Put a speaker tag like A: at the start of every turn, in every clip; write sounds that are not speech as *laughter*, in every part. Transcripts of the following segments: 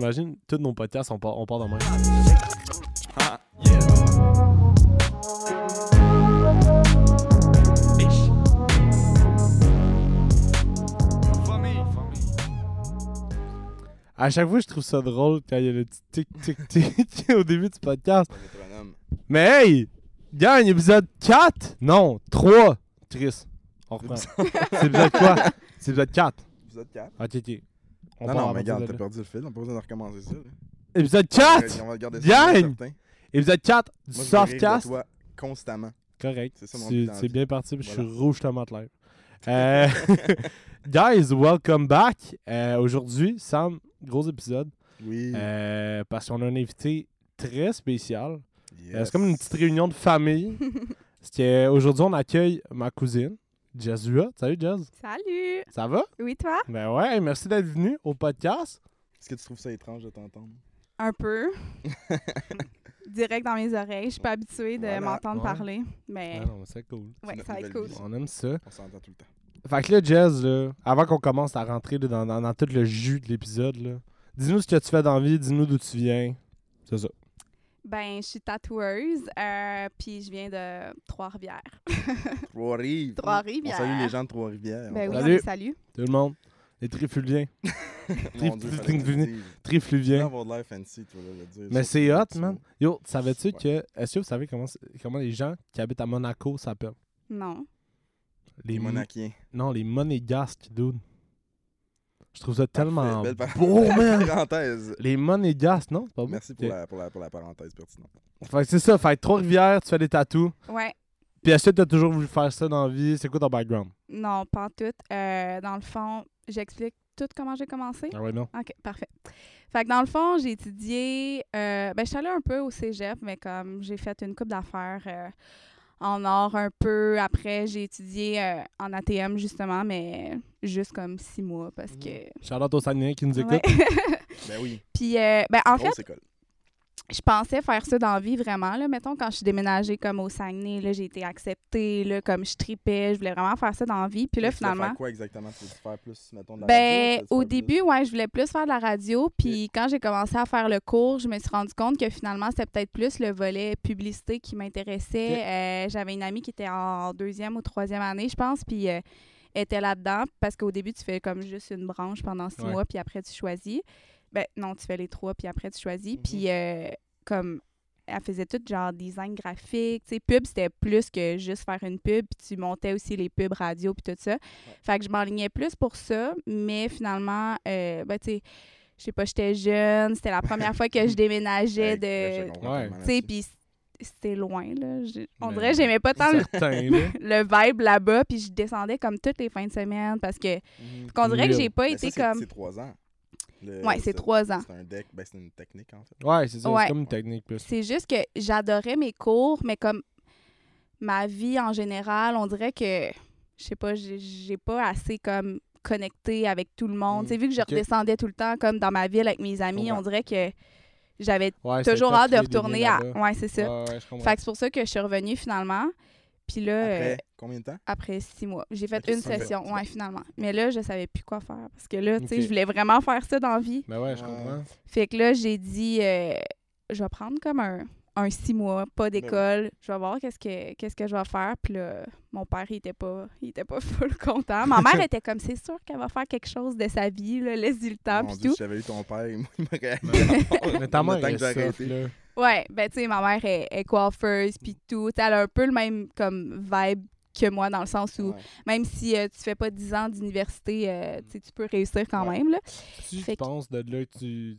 A: Imagine, tous nos podcasts, on part, on part de même. À chaque fois, je trouve ça drôle quand il y a le petit *laughs* tic-tic-tic au début du podcast. Mais hey! Gagne, épisode 4! Non, 3! Chris, on
B: *laughs*
A: reprend. C'est épisode quoi? C'est épisode 4.
B: Épisode 4.
A: Ok, ok. On
B: non,
A: part à
B: non, mais
A: partir
B: regarde,
A: de
B: t'as
A: là.
B: perdu le fil. On n'a pas besoin de recommencer ça. là.
A: Épisode
B: On
A: 4!
B: va- On va regarder
A: Gang!
B: certain.
A: Épisode 4 du
B: Moi, je vais rire de
A: Softcast.
B: toi constamment.
A: Correct.
B: C'est ça mon
A: Tu-
B: but dans la
A: C'est
B: vie.
A: bien parti, puis je suis
B: Voilà.
A: rouge comme de l'air. Euh, *laughs* guys, welcome back. Euh, Aujourd'hui, Sam, gros épisode.
B: Oui.
A: euh, parce qu'on a un invité très spécial. Euh,
B: yes.
A: C'est comme une petite réunion de famille. parce qu'aujourd'hui, on accueille ma cousine, Jazua. Salut, Jazz.
C: Salut!
A: Ça va?
C: Oui, toi?
A: Ben ouais, merci d'être venu au podcast.
B: Est-ce que tu trouves ça étrange de t'entendre?
C: Un *laughs* peu. Direct dans mes oreilles. Je suis pas habituée de
B: Voilà,
C: m'entendre
A: ouais.
C: parler, mais
A: Ah non, mais c'est cool.
C: ouais,
B: notre
C: ça va être
B: nouvelle
C: Eh. cool.
B: vie.
A: On aime ça.
B: On s'entend tout le temps.
A: Fait que là, Jazz, là, avant qu'on commence à rentrer là, dans, dans- dans tout le jus de l'épisode, là, dis-nous ce que tu fais dans la vie, dis-nous d'où tu viens. C'est ça.
C: Ben, je suis tatoueuse, euh, puis je viens de Trois-Rivières.
B: Trois-Rives.
C: Trois-Rivières.
B: On salue les gens de Trois-Rivières.
C: Ben oui,
A: Salut.
C: on les salue.
A: Tout le monde. Les trifluviens.
B: Mon Dieu,
A: Tri-
B: fallait que
A: tri-
B: tu le dises. Tu veux
A: Trifluviens.
B: avoir de l'air fancy, tu vas le dire.
A: Mais
B: Ça,
A: c'est
B: un
A: hot,
B: petit
A: man.
B: mot.
A: Yo, savais-tu que.
B: Ouais.
A: Est-ce que vous savez comment, c'est- comment les gens qui habitent à Monaco s'appellent
C: Non.
B: Les
A: Mo- *laughs*
B: Monachiens.
A: Non, les monégasques, dude. Je trouve ça tellement
B: Belle par- *laughs*
A: beau, man.
B: parenthèse.
A: Les monégasques, non? C'est pas beau?
B: Merci pour la, pour, la, pour la parenthèse pertinente.
A: Fait que c'est ça. Fait que Trois-Rivières, tu fais des tatous.
C: Ouais,
A: Puis est-ce que t'as toujours voulu faire ça dans la vie? C'est quoi ton background?
C: non, pas en tout. Euh, dans le fond, j'explique tout comment j'ai commencé.
A: Ah ouais, non.
C: OK, parfait. Fait que dans le fond, j'ai étudié. euh, ben, je suis allée un peu au cégep, mais comme j'ai fait une coupe d'affaires euh, en or un peu. Après, j'ai étudié euh, en ATM, justement, mais juste comme six mois parce que.
A: Charlotte au Saguenay qui nous écoute.
C: Ouais. *laughs*
B: Ben oui.
C: Puis, euh, ben, en fait,
B: Grosse école.
C: je pensais faire ça dans la vie vraiment. Là. Mettons, quand je suis déménagée comme au Saguenay, là, j'ai été acceptée, là, comme je tripais. Je voulais vraiment faire ça dans la vie. Puis là,
B: Mais tu vas faire
C: finalement.
B: quoi exactement? Tu veux faire plus, mettons, de la
C: Ben,
B: radio, tu veux
C: au
B: faire plus-
C: début, ouais, je voulais plus faire de la radio. Puis quand j'ai commencé à faire le cours, je me suis rendu compte que finalement, c'était peut-être plus le volet publicité qui m'intéressait. Euh, J'avais une amie qui était en deuxième ou troisième année, je pense, puis euh, elle était là-dedans. Parce qu'au début, tu fais comme juste une branche pendant six
A: Ouais.
C: mois, puis après, tu choisis. Ben, non, tu fais les trois, puis après, tu choisis.
B: Mhm.
C: Puis euh, comme elle faisait tout genre design graphique, tu sais, pub, c'était plus que juste faire une pub, puis tu montais aussi les pubs radio, puis tout ça. Fait que je m'enlignais plus pour ça, mais finalement, euh, ben, tu sais, je sais pas, j'étais jeune, c'était la première
B: *laughs*
C: fois que je déménageais
B: Hey, là, Ben, je
C: de...
B: comprends
A: Ouais.
B: tellement
C: Tu sais,
B: là-dessus. Ben,
C: puis c'était loin, là. J'ai- On
A: Mais-
C: dirait que j'aimais pas tant le,
A: Certain, là.
C: le vibe là-bas, puis je descendais comme toutes les fins de semaine, parce que...
B: Mhm.
C: qu'on dirait que
A: Real.
C: j'ai pas
B: Mais ça,
C: été
B: c'est- euh,
C: comme...
B: C'est trois ans. Le-
C: Ouais, c'est trois ans.
B: C'est un deck, ben, c'est une technique en fait.
A: Ouais, c'est ça. C'est
C: Ouais.
A: comme une technique plus.
C: C'est juste que j'adorais mes cours, mais comme ma vie en général, on dirait que, je sais pas, j'ai- j'ai pas assez comme connecté avec tout le monde.
A: Mm,
C: Tu sais, vu que je
A: ok.
C: redescendais tout le temps comme dans ma ville avec mes amis,
B: comprends.
C: on dirait que j'avais
A: Ouais, Ah, c'est
C: toujours
A: tough
C: hâte de
A: créer des
C: retourner
A: liens
C: à...
A: là-bas.
C: Ouais, c'est ça.
A: Ouais, ouais, je comprends.
C: Fait que c'est pour ça que je suis revenue finalement. Puis là, euh,
B: Après,
C: après,
B: combien de temps?
C: six mois, j'ai fait
B: Ok,
C: une
B: ça fait-
C: session, ouais, finalement. Mais là, je savais plus quoi faire parce que là, tu sais,
A: Ok.
C: je voulais vraiment faire ça dans la vie.
A: Ben ouais, je
B: Ouais.
A: comprends.
C: Fait que là, j'ai dit, euh, je vais prendre comme un, un six mois, pas
B: Ben
C: d'école. Je vais voir qu'est-ce que, qu'est-ce que je vais faire. Puis là, mon père, il était pas, il était pas *laughs* full content. Ma
B: *laughs*
C: mère était comme, c'est sûr qu'elle va faire quelque chose de sa vie, là, laisse-y le temps,
B: Mon
C: puis
B: Dieu,
C: tout.
B: si j'avais eu ton père, il
A: *laughs*
B: m'aurait
A: Mais ta mère,
B: Le temps que
A: elle
B: j'ai
A: souffle,
B: arrêté.
A: là.
C: Ouais, ben tu sais, ma mère est, est coiffeuse, puis tout. Tu sais, Elle a un peu le même comme vibe que moi, dans le sens où,
B: Ouais. Mm.
C: même si euh, tu fais pas 10 ans d'université, euh, tu sais, tu peux réussir quand
B: Ouais.
C: même, là.
A: Si tu
C: Fait que-
A: penses de là que tu.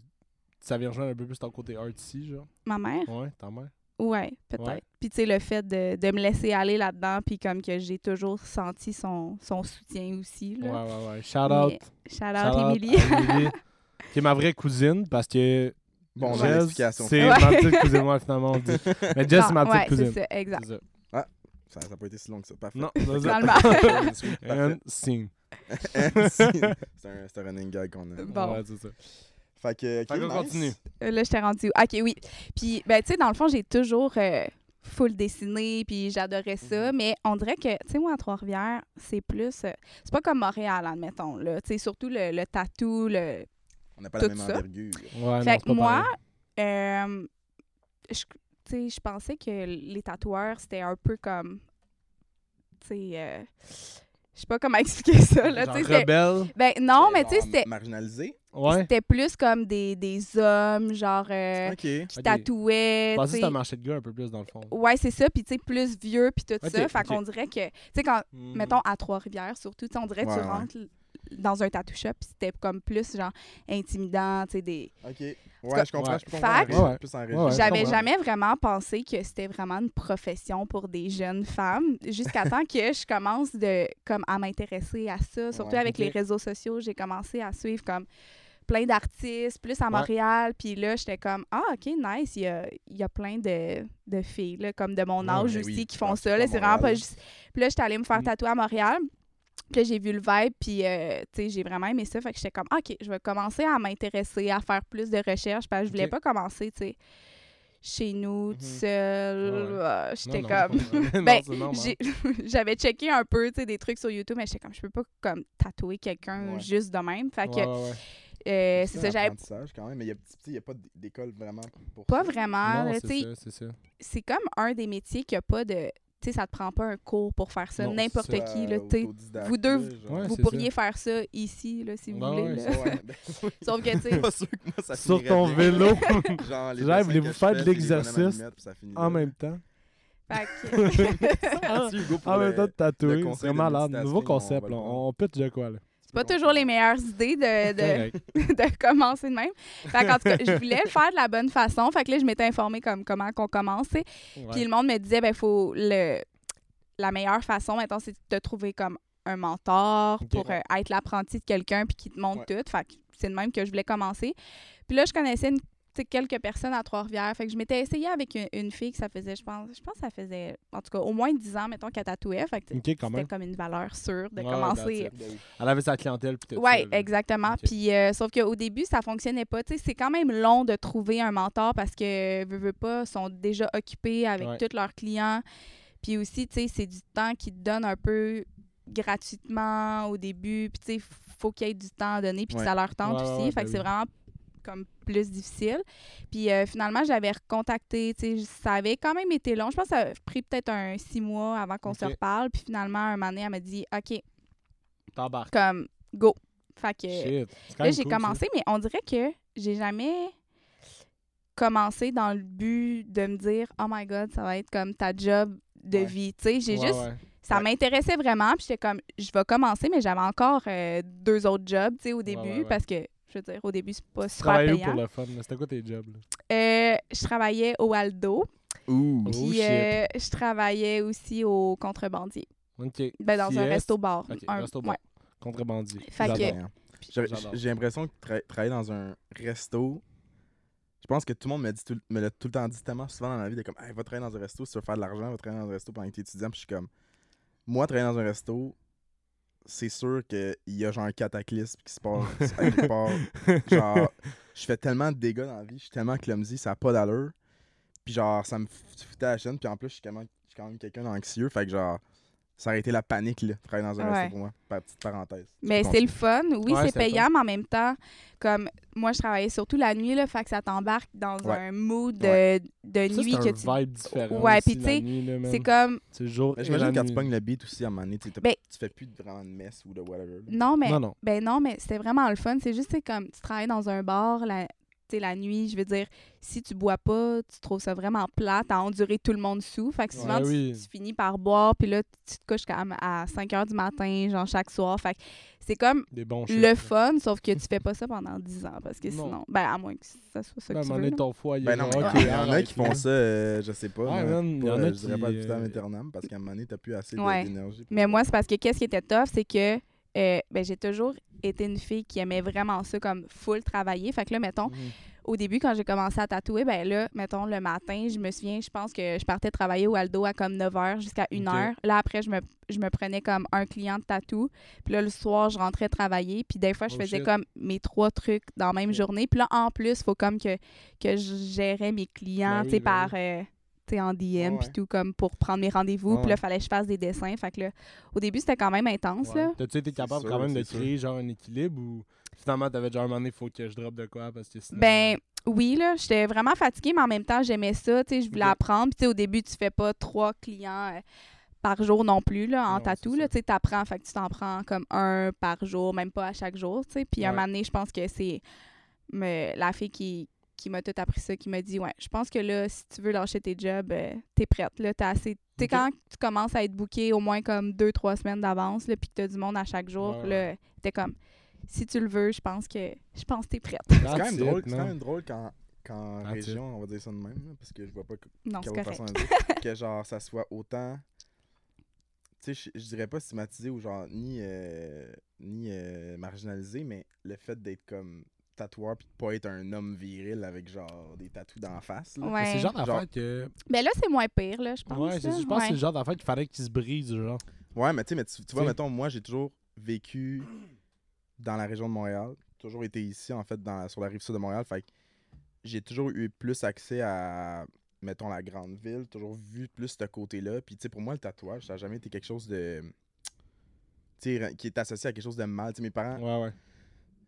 A: Ça vient rejoindre un peu plus ton côté artsy, genre.
C: Ma mère,
A: Ouais, ta mère.
C: Ouais, peut-être. Puis tu sais, le fait de, de me laisser aller là-dedans, puis comme que j'ai toujours senti son, son soutien aussi.
A: Ouais,
C: *laughs* Là.
A: ouais, ouais. Shout out.
C: Mais- Shout out,
A: shout out à
C: Émilie. *laughs*
A: Émilie, Qui est ma vraie cousine parce que.
B: Bon, on a
A: Jess,
B: l'explication.
A: C'est
C: Ouais.
A: ma petite cousine, moi, finalement, on dit. *laughs* Mais Jess, c'est
C: Non,
A: ma
C: ouais,
A: petite cousine.
C: c'est ça, exact.
A: C'est ça.
B: Ça n'a pas été si long que ça.
A: *laughs*
B: Parfait. *laughs*
A: Non, c'est ça.
C: Finalement.
A: *laughs* And scene.
B: c'est un, c'est un running gag qu'on a.
C: Bon.
A: Ouais, c'est ça.
B: Fait que, ok,
A: Fait qu'on
B: nice.
A: continue.
C: Euh, Là, je t'ai rendu. OK, oui. Puis, ben, tu sais, dans le fond, j'ai toujours euh, full dessiné, puis j'adorais ça.
A: Mhm.
C: Mais on dirait que, tu sais, moi, à Trois-Rivières, c'est plus. euh, c'est pas comme Montréal, admettons. Là. Tu sais, surtout le, le tatou, le,
B: On n'a pas la
C: tout
B: même
C: ça.
B: envergure.
A: Ouais, non,
C: Fait
A: c'est
C: que
A: pas
C: moi,
A: pareil.
C: euh, je, tu sais, je pensais que les tatoueurs, c'était un peu comme. Tu sais, euh, je sais pas comment *laughs* expliquer ça. Là,
A: Genre
C: tu sais, c'était-
A: rebelle.
C: ben non,
B: Euh,
C: mais tu sais,
B: mar-
C: c'était
B: Marginalisé.
A: Ouais.
C: c'était plus comme des, des hommes, genre, euh,
B: Ok.
C: qui
A: Ok. Je
C: tatouaient.
A: pensais que
C: tu
A: c'était
C: sais.
A: un marché de gars un peu plus dans le fond.
C: Ouais, c'est ça, puis tu sais, plus vieux, puis tout
A: Ok,
C: ça. Fait
A: ok.
C: qu'on dirait que, tu sais, quand,
A: Mhm.
C: Mm. mettons, à Trois-Rivières, surtout, tu sais, on dirait que
B: Ouais,
C: tu
B: ouais.
C: rentres l- dans un tattoo shop, puis c'était comme plus, genre, intimidant, tu sais, des...
B: Ok.
C: cas,
B: Ouais, je comprends.
A: ouais.
B: Je comprends.
C: Fact.
A: Ouais, ouais.
B: Plus en
A: Ouais,
B: région.
A: ouais.
C: J'avais
A: comprends.
C: jamais vraiment pensé que c'était vraiment une profession pour des jeunes femmes, jusqu'à temps que je commence de, comme, à m'intéresser à ça, surtout
B: Ouais,
C: avec
A: ok.
C: les réseaux sociaux, j'ai commencé à suivre, comme, plein d'artistes, plus à Montréal, puis là, j'étais comme, ah, OK, nice, il y a, il y a plein de, de filles, là, comme de mon
A: Ouais,
C: âge
B: ben
C: aussi,
B: oui,
C: qui font
B: surtout
C: ça, là,
B: à
C: c'est vraiment pas
B: Montréal.
C: juste... Puis là, j'étais allée me faire
A: Mm.
C: tatouer à Montréal, puis là, j'ai vu le vibe, puis, euh, tu sais, j'ai vraiment aimé ça, fait que j'étais comme, OK, je vais commencer à m'intéresser, à faire plus de recherches, parce que je voulais
A: Ok.
C: pas commencer, tu sais, chez nous,
B: Mhm.
C: tout seul,
A: Mmh
C: ah,
A: Ouais, ouais.
C: j'étais
A: Non, non,
C: comme...
A: c'est pas vrai. Non,
C: *laughs* Ben,
A: c'est normal.
C: j'ai- *laughs* J'avais checké un peu, tu sais, des trucs sur YouTube, mais j'étais comme, je peux pas, comme, tatouer quelqu'un
B: Ouais.
C: juste de même, fait que...
A: Ouais, ouais, ouais.
C: Euh, c'est
B: un
C: ça, j'avais
B: apprentissage quand même, mais il y a, tu sais, il y a pas d- d'école vraiment pour
C: pas
B: ça.
C: vraiment.
A: Non,
C: Ah, là, tu
A: c'est
C: sais,
A: ça, c'est ça.
C: c'est comme un des métiers qui a pas de. Tu sais, ça te prend pas un cours pour faire ça.
A: Non,
C: N'importe
A: c'est
B: Soit
C: qui, là, tu sais.
B: euh, autodidacte,
C: vous deux,
B: là,
A: vous-
B: genre.
A: Ouais,
C: vous
A: c'est
C: pourriez faire ça ici, là, si vous
A: Ouais,
C: voulez.
A: ouais,
C: là.
A: c'est
B: Ouais, ben oui.
C: Sauf que,
A: *laughs*
C: tu
B: *laughs*
C: sais,
B: Pas sûr que moi, ça
A: Sur
B: finirait
A: ton
B: bien.
A: vélo. *laughs*
B: Genre, les
A: Genre,
B: dessins
A: voulez-vous
B: que je
A: faire de
B: fais, c'est des bonhommes à
A: l'exercice
B: lunettes, puis ça finit là. Ah,
A: En même
B: *laughs*
A: temps.
C: fait que-
A: En
B: Merci, Hugo, pour
A: en
B: le-
A: même temps, de
B: le
A: tatouer.
B: conseil
A: C'est
B: de
A: malade.
B: méditation,
A: Nouveau concept,
B: on va
A: là.
B: le prendre.
A: On pitch de quoi, là.
C: c'est pas toujours les meilleures idées de, de, *laughs* de commencer de même. Fait qu'en tout cas, je voulais le faire de la bonne façon. Fait que là, je m'étais informée comme comment qu'on commence, tu sais. Puis le monde me disait, ben, faut le... la meilleure façon, maintenant, c'est de trouver comme un mentor
A: Ok.
C: pour euh, être l'apprenti de quelqu'un puis qui te montre tout. Fait que c'est de même que je voulais commencer. Puis là, je connaissais une- tu sais, quelques personnes à Trois-Rivières. Fait que je m'étais essayée avec une, une fille que ça faisait, je pense, je pense que ça faisait, en tout cas, au moins 10 ans, mettons, qu'elle tatouait. Fait que
A: Ok, quand
C: c'était
A: même.
C: comme une valeur sûre
A: Ouais,
C: de
A: that's
C: commencer
A: it. Elle avait sa clientèle. puis tout ça,
C: oui,
A: là.
C: exactement.
A: Ok.
C: Puis, euh, sauf qu'au début, ça fonctionnait pas. Tu sais, c'est quand même long de trouver un mentor parce que, veux, veux pas, sont déjà occupés avec
A: Ouais.
C: tous leurs clients. Puis aussi, tu sais, c'est du temps qu'ils te donnent un peu gratuitement au début. Puis, tu sais, faut qu'il y ait du temps à donner puis que
B: Ouais.
C: ça leur tente
A: Ouais, ouais,
C: aussi.
A: ouais,
C: fait
A: ben
C: que c'est
A: oui.
C: vraiment comme plus difficile. Puis euh, finalement, j'avais recontacté, tu sais, ça avait quand même été long. Je pense que ça a pris peut-être un six mois avant qu'on se
A: Ok.
C: reparle. Puis finalement, un moment donné, elle m'a dit, OK,
A: T'embarques.
C: comme, go. Fait que...
A: Shit. C'est quand
C: Là,
A: même
C: j'ai
A: cool, ça.
C: commencé, mais on dirait que j'ai jamais commencé dans le but de me dire Oh my God, ça va être comme ta job de
B: Ouais.
C: vie. Tu sais, j'ai
A: Ouais,
C: juste.
A: ouais.
C: Ça
B: Ouais.
C: m'intéressait vraiment. Puis j'étais comme Je vais commencer, mais j'avais encore euh, deux autres jobs, tu sais, au début,
A: ouais, ouais.
C: parce que. Je veux dire, au début, c'est pas
A: Tu
C: super
A: travaillais où
C: payant.
A: pour le fun? là? C'était quoi tes jobs? là?
C: Euh, je travaillais au Aldo,
B: Ouh.
A: Oh,
C: puis
A: shit.
C: euh, je travaillais aussi au contrebandier.
A: Ok.
C: Ben, dans un
A: Yes.
C: resto-bar.
A: Ok,
C: Un-
A: resto-bar.
C: ouais.
A: Contrebandier.
C: Fait que-
A: J'adore.
B: J'adore. J'avais-
A: J'adore.
B: J'ai l'impression que tra- travailler dans un resto, je pense que tout le monde me, dit tout, le- me l'a tout le temps dit tellement souvent dans ma vie de comme, hey, va travailler dans un resto si tu veux faire de l'argent, va travailler dans un resto pendant que tu es étudiant. Puis je suis comme, moi, travailler dans un resto, c'est sûr qu'il y a genre un cataclysme qui se passe à quelque part. Genre, je fais tellement de dégâts dans la vie, je suis tellement clumsy, ça n'a pas d'allure. Puis genre, ça me f- foutait la chaîne. Puis en plus, je suis quand même, je suis quand même quelqu'un d'anxieux. Fait que genre, ça aurait été la panique, là, travailler dans un
C: Ouais.
B: resto pour moi. Pa- Petite parenthèse.
C: Mais
B: Je
C: c'est le fun. Oui,
A: Ouais,
C: c'est
A: c'est le
C: payant, mais en même temps, comme moi, je travaillais surtout la nuit, là, fait que ça t'embarque dans
B: Ouais.
C: un mood de,
A: Ça,
C: de nuit
A: c'est un
C: que tu.
A: vibe différent.
C: Ouais,
A: aussi,
C: puis tu
A: la
C: sais,
A: nuit, là, man.
C: C'est comme.
A: C'est le jour.
B: Mais
A: et
B: j'imagine
A: la
B: quand
A: nuit.
B: tu pognes le beat aussi à un moment donné, tu sais, t'as-
C: Ben-
B: tu fais plus de vraiment de messe ou de whatever. là.
C: Non, mais.
A: Non, non.
C: Ben non, mais c'était vraiment le fun. C'est juste, c'est comme tu travailles dans un bar, la, tu sais, la nuit, je veux dire, si tu bois pas, tu trouves ça vraiment plate à endurer tout le monde sous. Fait que
A: Ouais,
C: souvent, tu-
A: oui.
C: tu, finis par boire, puis là, tu te couches quand même à 5 h du matin, genre chaque soir. Fait que c'est comme
A: Des bons chiffres, là.
C: le fun, sauf que tu fais pas ça pendant 10 ans, parce que
A: Non.
C: sinon, ben à moins que ça soit ça
A: Ben, à un
C: que tu
A: moment
C: veux.
A: donné,
C: là.
A: ton foie, il est
B: Ben non,
A: genre,
B: mais
A: ok,
B: il y en a
A: arrête,
B: qui font
A: là.
B: ça, euh, je sais pas.
A: Ouais,
B: moi,
A: man, il y
B: pas,
A: en a
B: euh, Je dirais
A: qui,
B: pas du temps
A: euh,
B: éternel parce qu'à un moment donné, t'as plus assez de-
C: Ouais.
B: d'énergie. pour-
C: Mais moi, c'est parce que qu'est-ce qui était tough, c'est que euh, ben, j'ai toujours été une fille qui aimait vraiment ça comme full travailler. Fait que là, mettons,
A: Mhm.
C: au début, quand j'ai commencé à tatouer, ben là, mettons, le matin, je me souviens, je pense que je partais travailler au Aldo à comme 9 h jusqu'à 1
A: Ok.
C: h. Là, après, je me, je me prenais comme un client de tatou. Puis là, le soir, je rentrais travailler. Puis des fois, je
A: Oh
C: faisais
A: shit.
C: comme mes trois trucs dans la même
A: Ok.
C: journée. Puis là, en plus, il faut comme que, que je gérais mes
A: Ben
C: clients, tu
A: oui,
C: sais,
A: ben
C: par. euh, tu sais, en DM,
B: Ouais,
C: puis
B: ouais.
C: tout, comme pour prendre mes rendez-vous.
B: Ouais,
C: Puis là,
B: ouais.
C: fallait que je fasse des dessins. Fait que là, au début, c'était quand même intense,
A: Ouais.
C: là.
A: T'as-tu été capable
B: sûr,
A: quand même de
B: c'est sûr.
A: créer genre un équilibre ou Finalement, t'avais déjà un moment donné, faut que je drop de quoi parce que sinon. euh,
C: *laughs* Ben oui, là, j'étais vraiment fatiguée, mais en même temps, j'aimais ça, tu sais, je voulais
A: Ok.
C: apprendre. Puis, tu sais, au début, tu fais pas trois clients euh, par jour non plus, là, en
A: Non,
C: tatou,
A: c'est
C: là,
A: ça.
C: tu sais, t'apprends, fait que tu t'en prends comme un par jour, même pas à chaque jour, tu sais. Puis, un
A: Ouais.
C: moment donné, je pense que c'est me- la fille qui, qui m'a tout appris ça, qui m'a dit, ouais, je pense que là, si tu veux lâcher tes jobs, euh, t'es prête, là, t'as assez... Tu sais,
A: Ok.
C: quand tu commences à être booké au moins comme deux, trois semaines d'avance, là, puis que t'as du monde à chaque jour,
A: Ouais,
C: là, t'es comme... Si tu le veux, je pense que je pense que t'es prête.
A: That's
B: C'est quand, même
A: it,
B: drôle- c'est
A: man.
B: quand même drôle quand, quand
A: That's it.
B: région, on va dire ça de même, là, parce que je vois pas que-
C: Non, c'est
B: quelle autre
C: correct.
B: façon à
C: *laughs*
B: dire. que genre, ça soit autant. Tu sais, je je dirais pas stigmatisé ou genre ni, euh, ni euh, marginalisé, mais le fait d'être comme tatoueur puis de pas être un homme viril avec genre des tatous d'en face. Là.
A: Mais C'est
C: Ouais.
A: le genre
B: Genre-
A: d'affaire que.
C: Ben là, c'est moins pire, là, je pense.
A: Ouais, c'est
C: là.
A: je pense que c'est
C: Ouais.
A: le genre d'affaire qu'il fallait qu'il se brise, genre.
B: Ouais, mais tu sais, mais tu, tu vois,
A: T'sais.
B: mettons, moi, j'ai toujours vécu dans la région de Montréal. Toujours été ici, en fait, dans, sur la rive sud de Montréal. Fait que j'ai toujours eu plus accès à, mettons, la grande ville. Toujours vu plus ce côté-là. Puis, tu sais, pour moi, le tatouage, ça n'a jamais été quelque chose de. Tu sais, qui est associé à quelque chose de mal. Tu sais, mes parents.
A: Ouais, ouais.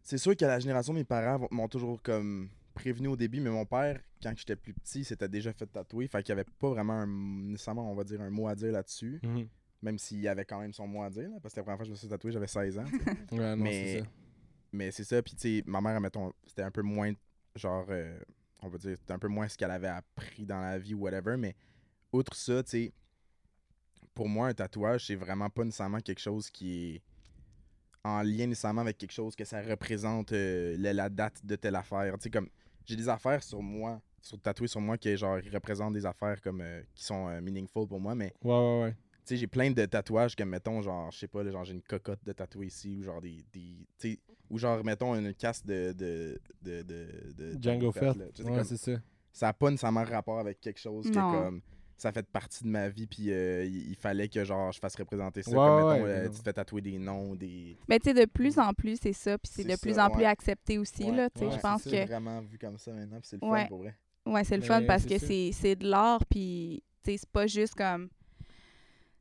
B: C'est sûr qu'à la génération, mes parents vont- m'ont toujours comme prévenu au début, mais mon père, quand j'étais plus petit, s'était déjà fait tatouer. Fait qu'il n'y avait pas vraiment un- nécessairement, on va dire, un mot à dire là-dessus.
A: Mhm.
B: Même s'il y avait quand même son mot à dire, là, parce que la première fois que je me suis tatoué, j'avais 16 ans. tu sais.
A: *laughs* Ouais, non,
B: Mais-
A: c'est ça.
B: Mais c'est ça, puis tu sais, ma mère, mettons, c'était un peu moins, genre, euh, on va dire, c'était un peu moins ce qu'elle avait appris dans la vie ou whatever, mais outre ça, tu sais, pour moi, un tatouage, c'est vraiment pas nécessairement quelque chose qui est en lien nécessairement avec quelque chose que ça représente euh, la, la date de telle affaire. Tu sais, comme, j'ai des affaires sur moi, sur tatouées sur moi, qui, genre, représentent des affaires comme, euh, qui sont euh, meaningful pour moi, mais
A: Ouais, ouais, ouais.
B: tu sais, j'ai plein de tatouages que, mettons, genre, je sais pas, là, genre, j'ai une cocotte de tatouée ici, ou genre des. des tu sais, ou genre, mettons, une casse de. de, de, de, de
A: Django Fett.
B: là. Tu sais,
A: Ouais,
B: comme,
A: c'est
B: *laughs*
A: ça.
B: ça n'a pas nécessairement rapport avec quelque chose que,
C: Non.
B: comme. Ça fait partie de ma vie, puis euh, il il fallait que, genre, je fasse représenter ça.
A: Ouais,
B: comme,
A: ouais,
B: mettons,
A: ouais,
B: euh,
A: non.
B: tu te fais tatouer des noms, des.
C: Mais tu sais, de plus en plus, c'est ça. Puis c'est
B: C'est
C: de
B: ça,
C: plus en plus
B: ouais.
C: accepté aussi,
B: Ouais,
C: là. Tu sais,
A: ouais,
C: je
A: c'est
C: pense
A: ça.
B: C'est
C: que.
B: vraiment vu comme ça maintenant, puis c'est le
C: Ouais.
B: fun pour vrai.
C: Ouais, c'est le
A: Mais
C: fun parce
A: c'est
C: que
A: ça.
C: c'est c'est de l'art, puis tu sais, c'est pas juste comme.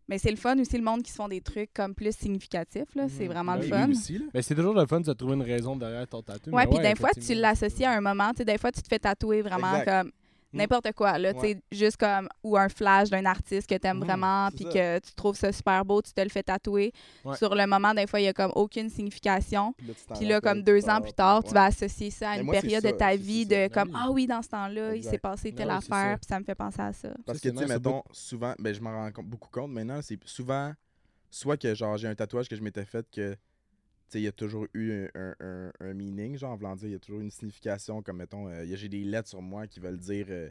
C: Mais c'est le fun aussi, le monde qui se font des trucs comme plus significatifs, là. C'est
A: Mhm.
C: vraiment
A: Ben
C: le
A: oui,
C: fun.
B: aussi, là.
A: Mais c'est toujours le fun de trouver une raison derrière ton tatou.
C: Ouais,
A: mais
C: puis des fois, tu
A: effectivement,
C: l'associes à un moment. Tu sais, des fois, tu te fais tatouer vraiment
B: Exact. Mm.
C: comme n'importe quoi, là. Tu sais, juste comme. Ou un flash d'un artiste que tu aimes
A: Mhm,
C: vraiment,
B: Mm, c'est
C: puis
B: ça.
C: que tu trouves ça super beau, tu te le fais tatouer.
A: Ouais.
C: Sur le moment, des fois, il y a comme aucune signification.
B: Puis là, tu t'en
C: Puis là,
B: rappelles
C: comme deux ans plus tard, tu
B: ouais.
C: vas associer ça à
B: Mais
C: une
B: moi, c'est
C: période
B: ça,
C: de ta
B: c'est-
C: vie,
B: c'est ça.
C: de comme
A: Ben oui.
C: Ah oui, dans ce temps-là, il
B: Exact.
C: s'est passé telle
A: Ben oui, c'est
C: affaire,
A: ça.
C: puis ça me fait penser à ça.
B: Parce
A: Ça,
B: que,
A: c'est
B: tu sais,
A: nice, au bout.
B: mettons, souvent, ben, je m'en rends compte beaucoup compte maintenant, c'est souvent, soit que genre j'ai un tatouage que je m'étais fait que, tu sais, il y a toujours eu un, un- un- un meaning, genre, en voulant dire, il y a toujours une signification, comme, mettons, euh, il y a- j'ai des lettres sur moi qui veulent dire euh,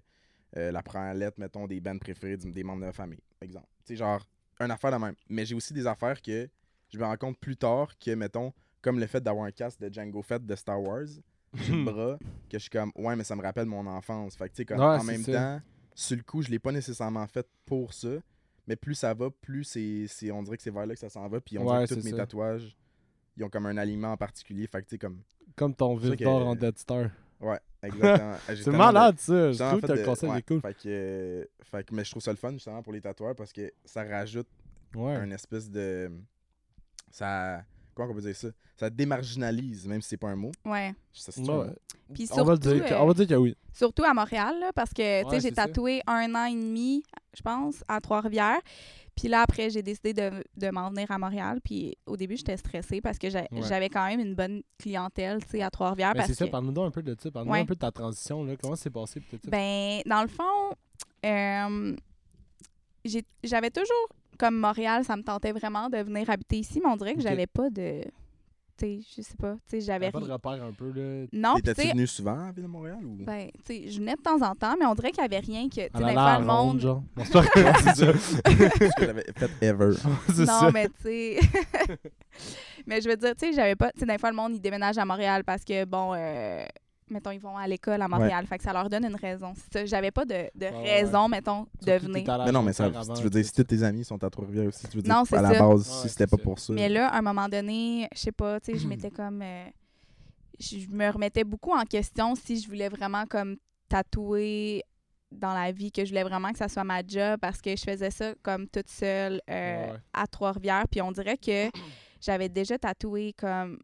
B: euh, la première lettre, mettons, des bandes préférées du- des membres de ma famille, exemple. Tu sais, genre, une affaire de même. Mais j'ai aussi des affaires que je me rends compte plus tard que, mettons, comme le fait d'avoir un casque de Django Fett de Star Wars, sur le bras que je suis comme ouais mais ça me rappelle mon enfance fait que tu sais comme
A: Hmm. Ouais,
B: en
A: c'est
B: même
A: ça.
B: temps sur le coup je l'ai pas nécessairement fait pour ça mais plus ça va plus c'est c'est- on dirait que c'est vers là que ça s'en va puis on
A: Ouais,
B: dirait que tous
A: c'est
B: mes
A: ça.
B: tatouages ils ont comme un aliment en particulier fait que tu
A: *laughs*
B: sais comme
A: *laughs* Comme ton
B: C'est ça
A: vif
B: que-
A: d'or en Dead Star.
B: ouais exactement J'ai
A: C'est
B: tellement de-
A: malade, ça. Je
B: j'ai
A: trouve que
B: tellement fait
A: le
B: de-
A: concept
B: ouais,
A: est cool.
B: fait que, euh, fait que- mais je trouve ça le fun justement pour les tatoueurs parce que ça rajoute
A: Ouais.
B: un espèce de ça comment on peut dire ça ça démarginalise même si c'est pas un mot
C: Ouais.
B: ça, c'est-tu un
A: Ouais.
B: mot?
C: Puis
A: On va
C: surtout,
A: dire que-
C: euh,
A: on va dire que oui.
C: Surtout à Montréal, là, parce que tu
A: Ouais,
C: sais, j'ai
A: c'est ça.
C: tatoué un an et demi, je pense, à Trois-Rivières. Puis là, après, j'ai décidé de, de m'en venir à Montréal. Puis au début, j'étais stressée parce que j'a-
A: Ouais.
C: j'avais quand même une bonne clientèle tu sais, à Trois-Rivières.
A: Mais
C: Ah, parce
A: c'est ça,
C: que-
A: parle-nous donc un peu de ça. Parle-nous
C: Ouais.
A: un peu de ta transition. Là. Comment c'est passé? peut-être ça?
C: Ben, dans le fond, euh, j'ai- j'avais toujours, comme Montréal, ça me tentait vraiment de venir habiter ici, mais on dirait que
A: Ok.
C: j'avais pas de. Tu sais, je sais pas. Tu sais, j'avais
A: T'as pas de
C: rien.
A: repère un peu. Là.
C: Non, Ah, puis tu
B: T'étais-tu
C: sais,
B: venu souvent à la Ville de Montréal ou
C: ben, tu sais, je venais de temps en temps, mais on dirait qu'il y avait rien que. Tu sais,
A: Elle
C: des
A: a
C: fois,
A: l'air
C: le
A: ronde,
C: monde.
A: genre. Non, c'est pas vrai, *laughs* c'est ça.
B: Parce
C: *laughs*
B: que j'avais fait ever.
A: *laughs* C'est
C: non,
A: ça.
C: mais tu sais. *laughs* mais je veux dire, tu sais, j'avais pas. Tu sais, des fois, le monde, il déménage à Montréal parce que, bon, euh, mettons, ils vont à l'école à Montréal. Fait que ça leur donne une raison. C'est ça, J'avais pas de, de
A: ouais,
C: raison, mettons, de
A: Surtout que
C: venir.
A: t'es allé Ah, à
B: Mais non, mais ça,
A: Jonquière
B: si
A: avant,
B: tu veux dire, si
A: c'est
B: tous tes amis sont à Trois-Rivières aussi, tu veux dire,
C: Non,
B: à
C: c'est
B: la
C: ça.
B: base,
A: Ouais,
B: si c'était
A: c'est
B: pas
A: ça.
B: pour ça.
C: Mais là, à un moment donné, je sais pas, tu
A: *clears throat*
C: sais, je m'étais comme. euh, je je me remettais beaucoup en question si je voulais vraiment comme tatouer dans la vie, que je voulais vraiment que ça soit ma job parce que je faisais ça comme toute seule euh,
A: Ouais, ouais.
C: *clears throat* à Trois-Rivières. Puis on dirait que j'avais déjà tatoué comme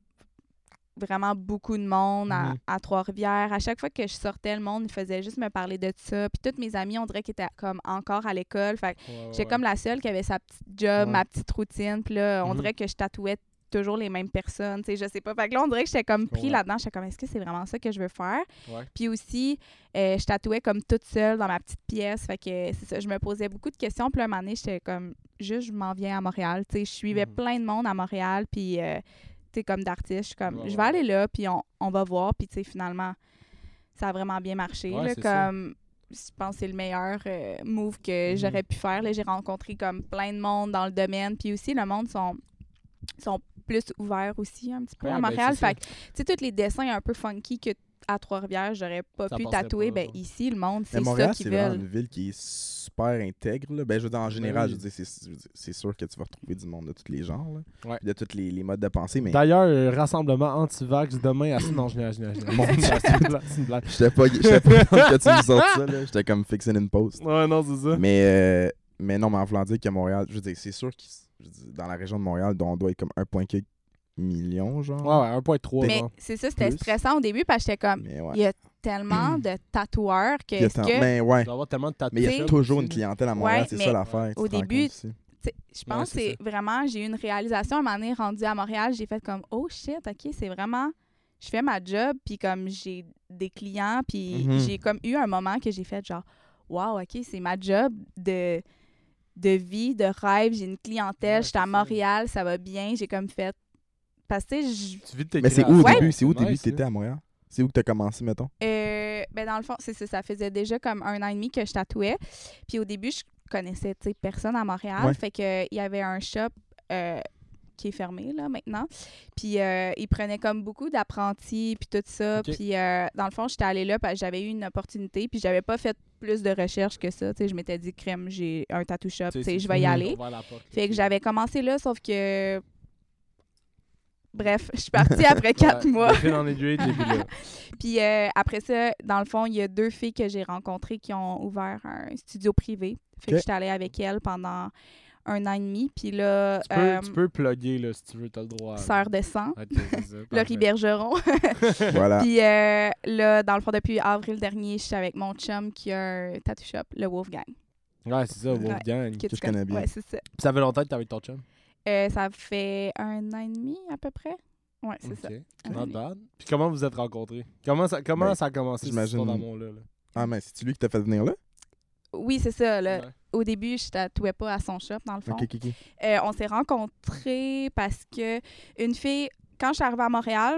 C: vraiment beaucoup de monde à,
A: Mhm.
C: à Trois-Rivières. À chaque fois que je sortais, le monde, il faisait juste me parler de ça. Puis toutes mes amies, on dirait qu'ils étaient comme encore à l'école. Fait que j'étais comme la seule qui avait sa petite job,
A: Ouais.
C: ma petite routine. Puis là, on
A: Mhm.
C: dirait que je tatouais toujours les mêmes personnes. Tu sais, je sais pas. Fait que là, on dirait que j'étais comme
A: Je
C: pris
A: comprends.
C: là-dedans. J'étais comme, est-ce que c'est vraiment ça que je veux faire?
A: Ouais.
C: Puis aussi, euh, je tatouais comme toute seule dans ma petite pièce. Fait que euh, c'est ça, je me posais beaucoup de questions. Puis là, un moment donné, j'étais comme, juste, je m'en viens à Montréal. Tu sais, je suivais
A: Mhm.
C: plein de monde à Montréal. Puis, euh, tu sais, comme d'artiste, je suis comme,
A: Ouais,
C: je
A: ouais,
C: vais
A: ouais.
C: aller là, puis on, on va voir. Puis, tu sais, finalement, ça a vraiment bien marché.
A: Ouais,
C: là,
A: c'est ça.
C: comme, je pense que c'est le meilleur euh, move que
A: Mhm.
C: j'aurais pu faire. là. J'ai rencontré comme plein de monde dans le domaine. Puis aussi, le monde sont, sont plus ouverts aussi un petit peu
A: ben,
C: à Montréal. fait que, tu sais, tous les dessins un peu funky que à Trois-Rivières, j'aurais pas
A: Ça
C: pu
A: passerait
C: tatouer.
A: pas,
C: ben,
A: genre.
C: ici, le monde,
B: Mais
C: c'est ça
B: Montréal,
C: qu'ils
B: c'est vraiment
C: veulent.
B: une ville qui est super intègre. là. Ben, je veux dire, en général,
A: oui.
B: je veux dire, c'est- je veux dire, c'est sûr que tu vas retrouver du monde de tous les genres, là.
A: Ouais.
B: Puis de tous les, les modes de pensée, mais
A: D'ailleurs, euh, rassemblement anti-vax demain à. Non, je niaise, je niaise, je niaise.
B: Mon Dieu.
A: *laughs* C'est une blague, c'est une blague.
B: j'étais pas, j'étais pas contente que tu me sortes ça.
A: *laughs*
B: là. J'étais comme fixing in post.
A: Ouais, non, c'est ça.
B: Mais, euh, mais non, mais en voulant dire que Montréal, je veux dire, c'est sûr que je veux dire, dans la région de Montréal, on doit être comme 1,4 million, genre.
A: Ouais, ouais, 1.3.
C: Mais
A: genre.
C: c'est ça, c'était
B: Plus.
C: stressant au début parce que j'étais comme,
B: Mais ouais.
C: il y a
A: *clears throat*
C: tellement de tatoueurs que,
B: Il y a
C: est-ce
B: tant-
C: que
B: hein. Mais ouais.
A: Il doit y avoir tellement de
B: Mais il y a
C: t'sais-
B: toujours une clientèle à Montréal,
C: Ouais,
B: c'est
C: mais
B: ça l'affaire. tu
C: au
B: te rends compte
C: début,
B: aussi.
C: Tu sais, je pense que
A: c'est
C: c'est vraiment, j'ai eu une réalisation un moment donné rendue à Montréal, j'ai fait comme, oh shit, ok, c'est vraiment, je fais ma job, puis comme j'ai des clients, puis
A: Mm-hmm.
B: Mhm.
C: j'ai comme eu un moment que j'ai fait genre, wow, ok, c'est ma job de, de vie, de rêve, j'ai une clientèle,
A: Ouais,
C: je suis à
A: c'est ça.
C: Montréal, ça va bien, j'ai comme fait, parce que tu sais, je-
A: Tu vis de tes
B: Mais c'est où
A: créations,
B: au début C'est où au
A: nice,
B: début que
A: ça.
B: t'étais à Montréal C'est où que t'as
A: *laughs*
B: commencé, mettons
C: Euh, ben dans le fond, c'est ça. Ça faisait déjà comme un an et demi que je tatouais. Puis au début, je connaissais tu sais, personne à Montréal.
B: Ouais.
C: Fait que il y avait un shop euh, qui est fermé là maintenant. Puis euh, ils prenaient comme beaucoup d'apprentis puis tout ça.
A: Ok.
C: Puis euh, dans le fond, j'étais allée là parce que j'avais eu une opportunité. Puis j'avais pas fait plus de recherches que ça. Tu sais, je m'étais dit crème, j'ai un tattoo shop.
A: Tu sais,
C: tu sais,
A: c'est-
C: Je vais y
A: Mhm.
C: aller.
A: Ouvert la porte,
C: Fait que
A: là.
C: j'avais commencé là, sauf que bref, je suis
A: *laughs*
C: partie après quatre
A: Ouais,
C: mois.
A: le fil en aiguille, t'es plus là.
C: Puis euh, après ça, dans le fond, il y a deux filles que j'ai rencontrées qui ont ouvert un studio privé. Fait que
B: Ok.
C: j'étais allée avec elles pendant un an et demi. Puis là,
A: Tu peux,
C: euh,
A: tu peux plugger là, si tu veux, t'as le droit. là.
C: Sœur de sang,
A: Ok, c'est
C: *laughs*
A: ça,
C: Laurie
A: parfait. Ah.
C: Bergeron.
B: Voilà.
C: *laughs* Puis euh, là, dans le fond, depuis avril dernier, je suis avec mon chum qui a un tattoo shop, le Wolfgang.
A: Ouais, c'est ça, Wolfgang.
C: tu
B: je connais bien.
C: Ouais, c'est ça.
A: Ça fait longtemps que t'avais ton chum.
C: Euh, ça fait un an et demi à peu près. Ouais, c'est ça.
A: Ok.
C: Un an et
A: Not
C: demi.
A: bad. Puis comment vous êtes rencontrés? Comment ça, comment
B: Ben,
A: ça a commencé cette
B: j'imagine-
A: histoire d'amour-là? là?
B: Ah, mais c'est-tu lui qui t'a fait venir là
C: Oui, c'est ça. là.
A: Ouais.
C: Au début, je tatouais pas à son shop, dans le fond.
B: Ok, ok, ok.
C: Euh, on s'est rencontrés parce que une fille, quand je suis arrivée à Montréal,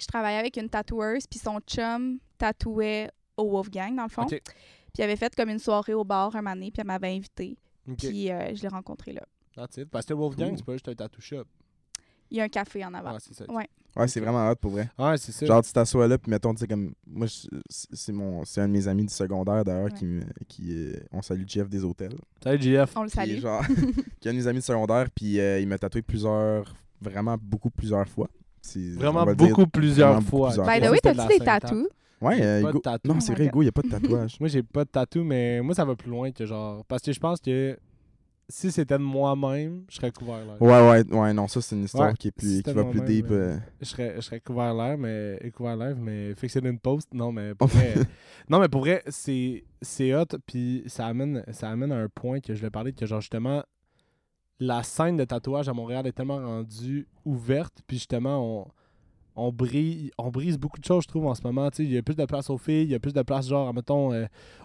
C: je travaillais avec une tatoueuse, puis son chum tatouait au Wolfgang, dans le fond.
A: Ok.
C: Puis il avait fait comme une soirée au bar un moment donné, puis elle m'avait invitée.
A: Ok.
C: Puis euh, je l'ai rencontré là.
A: That's it. Parce que Wolfgang,
B: Cool.
A: c'est pas juste un tattoo shop.
C: Il y a un café en avant.
A: Ah, c'est ça.
C: bah. Ouais.
B: Ouais, c'est vraiment hot pour vrai.
A: Ouais, c'est ça.
B: Genre, tu t'assois là, puis mettons, tu sais, comme. Moi, je- c'est mon c'est un de mes amis du secondaire, d'ailleurs, qui. me- qui euh, on salue Jeff des hôtels.
A: Salut, JF.
C: On le
B: Puis,
C: salue. *laughs*
B: genre, *laughs* qui est un de mes amis de secondaire, puis euh, il m'a tatoué plusieurs, vraiment beaucoup plusieurs fois. C'est- on
A: Vraiment
B: va le dire.
A: beaucoup plusieurs
B: vraiment beaucoup
A: fois.
B: plusieurs
C: By
B: fois.
C: the way,
A: C'était de
C: t'as-tu
A: la
C: des
A: Sainte-Anne.
C: tatous?
B: Ouais,
A: J'ai
B: euh,
A: pas de
B: Hugo-
A: tatou.
B: Non, c'est
C: Oh my
B: vrai, Hugo, il n'y a pas de
C: *laughs*
B: tatouage.
A: Moi, j'ai pas de tatou, mais moi, ça va plus loin que genre. Parce que je pense que si c'était de moi-même, je serais couvert l'air.
B: ouais, ouais, ouais, non, ça, c'est une histoire
A: Ouais,
B: qui, est plus, qui
A: c'était
B: va plus
A: moi-même,
B: deep.
A: euh,
B: euh.
A: Je serais, je serais couvert l'air, mais et couvert l'air, mais fixé d'une post. Non, mais pour vrai, *laughs* non, mais pour vrai, c'est c'est hot, puis ça amène, ça amène à un point que je vais parler que genre justement la scène de tatouage à Montréal est tellement rendue ouverte, puis justement on on brise, on brise beaucoup de choses, je trouve, en ce moment. Tu sais, Il y a plus de place aux filles, il y a plus de place, genre, mettons,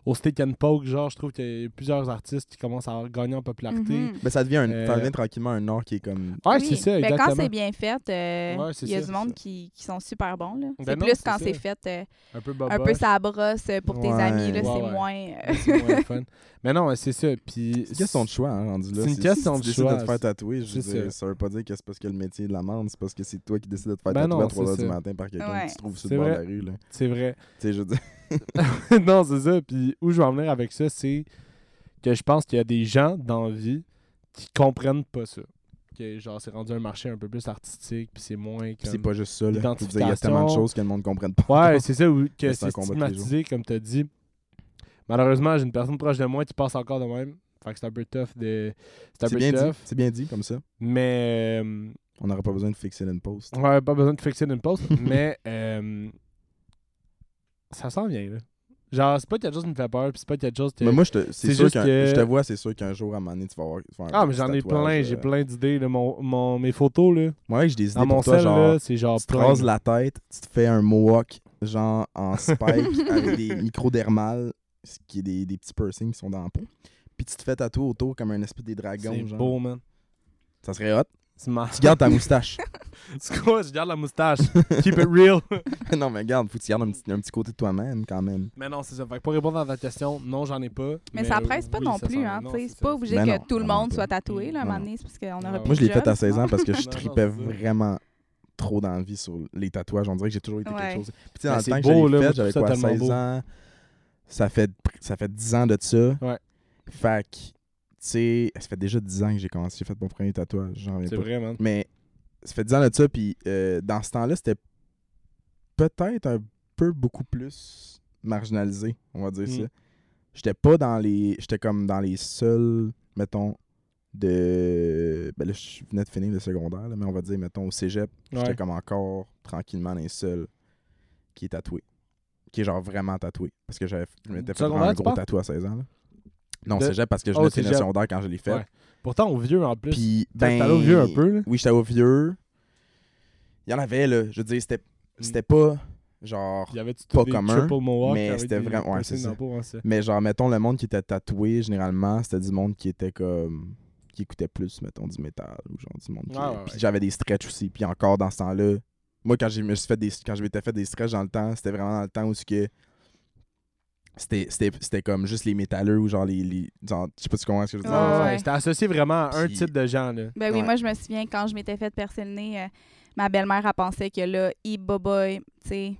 A: au steak and poke. Genre, je trouve qu'il y a plusieurs artistes qui commencent à gagner en popularité.
C: Mhm.
B: Ben, ça devient, un, ça
A: Euh,
B: devient tranquillement un art qui est comme.
A: Ouais,
C: Oui.
A: c'est ça,
C: Ben,
A: exactement.
C: quand c'est bien fait, euh, il
A: Ouais, c'est
C: y
A: ça,
C: a du
A: c'est
C: monde
B: ça.
C: qui, qui sont super bons. là.
A: Ben
C: c'est
A: non,
C: plus
A: c'est
C: quand
A: ça.
C: c'est fait euh,
A: un peu
C: un peu
A: boboche.
C: ça brosse euh, pour tes
B: Ouais.
C: amis. Là,
A: Ouais,
C: c'est
A: ouais.
C: moins. euh,
A: Mais *laughs* c'est moins le fun. Mais non, c'est ça. Puis
B: C'est une question de choix, hein, rendu là.
A: C'est une question de
B: si tu décides
A: choix,
B: de te faire tatouer, je veux
A: c'est
B: dire,
A: ça.
B: ça veut pas dire que c'est parce que le métier est de l'amende, c'est parce que c'est toi qui décides de te faire
A: Ben
B: tatouer
A: non,
B: à 3h
A: c'est
B: du
A: ça.
B: matin par quelqu'un
C: Ouais.
B: que tu trouves sur
A: C'est
B: le bord de la
A: vrai.
B: rue. là. Tu
A: c'est vrai.
B: sais, je veux dire,
A: *laughs* non, c'est ça. Puis où je veux en venir avec ça, c'est que je pense qu'il y a des gens dans la vie qui comprennent pas ça. Que genre, c'est rendu un marché un peu plus artistique, puis c'est moins
B: c'est
A: comme...
B: pas juste ça. Là. Je veux dire, Il y a tellement de
A: L'identification.
B: choses que le monde ne comprenne pas.
A: Ouais, *laughs* c'est ça, ou que
B: Mais c'est un
A: c'est
B: combat de tous les
A: stigmatisé, comme t'as dit. Malheureusement, j'ai une personne proche de moi qui passe encore de même. Fait que c'est un peu tough de... C'est un
B: *laughs* C'est
A: peu
B: bien
A: tough.
B: dit. C'est bien dit comme ça.
A: Mais... euh,
B: On n'aurait pas besoin de fixer une post.
A: On n'avait pas besoin de fixer une
B: *laughs*
A: poste, mais euh, ça sent bien, là. Genre, c'est pas quelque chose qui me fait peur, puis c'est pas quelque chose que...
B: Mais moi, je te, c'est
A: c'est
B: sûr
A: juste
B: qu'un-
A: que-
B: je te vois, c'est sûr qu'un jour, à un moment donné, tu vas avoir. tu vas avoir
A: ah,
B: un
A: mais j'en
B: petit
A: ai
B: tatouage,
A: plein,
B: euh.
A: j'ai plein d'idées, là. Mon, mon- mes photos, là,
B: Moi, j'ai des idées
A: dans mon
B: pour toi,
A: sel,
B: genre,
A: là, c'est genre
B: tu te
A: Ah, plein.
B: rases la tête, tu te fais un mohawk, genre en spike, avec des microdermales, ce qui est des, des petits piercings qui sont dans la peau. Puis tu te fais tatouer autour comme un espèce des dragons,
A: C'est
B: genre.
A: beau, man.
B: Ça serait hot.
A: C'est marrant.
B: Tu gardes ta moustache.
A: *laughs*
B: *laughs*
A: C'est quoi? Je garde la moustache. Keep it real.
B: non, mais garde, faut que tu gardes un petit, un petit côté de toi-même, quand même.
A: Mais non, c'est ça. Fait que pour répondre à ta question, non, j'en ai pas.
C: Mais, ça presse pas
A: oui,
C: non
A: ça
C: plus,
A: sent-
C: hein.
A: non,
C: tu sais,
A: ça,
C: c'est pas
A: ça.
C: obligé
B: Ben
C: que
B: non,
C: tout le
B: non,
C: monde
B: non.
C: soit tatoué, là, à
B: Non,
C: un moment
B: non.
C: donné, c'est parce qu'on
A: Ah
C: aura
A: ouais.
C: plus
B: Moi, je l'ai
C: de
B: faite à
C: job.
B: 16 ans parce que
A: *laughs*
B: je
A: Non, non,
B: tripais
A: c'est ça.
B: vraiment trop d'envie sur les tatouages. On dirait que j'ai toujours été
C: Ouais.
B: quelque chose. Puis, tu sais, dans
A: Mais Ben, c'est
B: le temps que
A: beau,
B: je
A: là,
B: l'ai
A: moi,
B: fait,
A: je
B: j'avais
A: trouve
B: quoi,
A: ça tellement
B: 16
A: beau.
B: ans? Ça fait, ça fait 10 ans de ça.
A: Ouais.
B: Fait que, tu sais, ça fait déjà 10 ans que j'ai commencé. J'ai fait mon premier tatouage. J'en reviens
A: C'est
B: pas.
A: vrai, man.
B: Mais ça fait 10 ans de ça. Puis, euh, dans ce temps-là, c'était peut-être un peu beaucoup plus marginalisé, on va dire
A: Mm.
B: ça. J'étais pas dans les. J'étais comme dans les seuls, mettons, de. Ben là, je venais de finir le secondaire, là, mais on va dire, mettons, au cégep, j'étais
A: Ouais.
B: comme encore tranquillement dans les seuls qui est tatoué. Qui est genre vraiment tatoué. Parce que j'avais, je m'étais fait
A: Secondaire,
B: vraiment un
A: tu
B: gros
A: parles?
B: tatouage à 16 ans. Là. Non,
A: De-
B: cégep, parce que je
A: Oh,
B: venais de finir le
A: cégep.
B: secondaire quand je l'ai fait.
A: Ouais. Pourtant, au vieux, en plus.
B: Puis,
A: T'es
B: ben.
A: allé au vieux un peu, là.
B: Oui, j'étais au vieux. Il y en avait, là. Je veux dire, c'était, c'était pas genre.
A: Il y avait-tu
B: Pas
A: des
B: commun,
A: triple mohawks
B: mais
A: avec
B: c'était
A: des
B: vraiment- ouais,
A: piercings dans
B: c'est ça.
A: la peau, hein, c'est-
B: Mais genre, mettons, le monde qui était tatoué, généralement, c'était du monde qui était comme. qui écoutait plus, mettons, du métal ou genre du monde. Qui...
A: Ouais, ouais,
B: puis
A: ouais.
B: j'avais des stretches aussi. Puis encore dans ce temps-là, moi, quand j'ai- je me suis fait des, quand je m'étais fait des stretches dans le temps, c'était vraiment dans le temps où c'est que. C'était, c'était, c'était comme juste les métalleux ou genre les. les genre, je sais pas si tu comprends ce que je veux dire.
A: Ouais, ouais,
C: Ouais,
A: ouais.
C: ouais.
A: C'était associé vraiment à un
B: Puis-
A: type de gens, là.
C: Ben oui,
B: Ouais.
C: moi, je me souviens, quand je m'étais fait percer le nez, euh, ma belle-mère, elle pensait que là, iba boy, tu sais,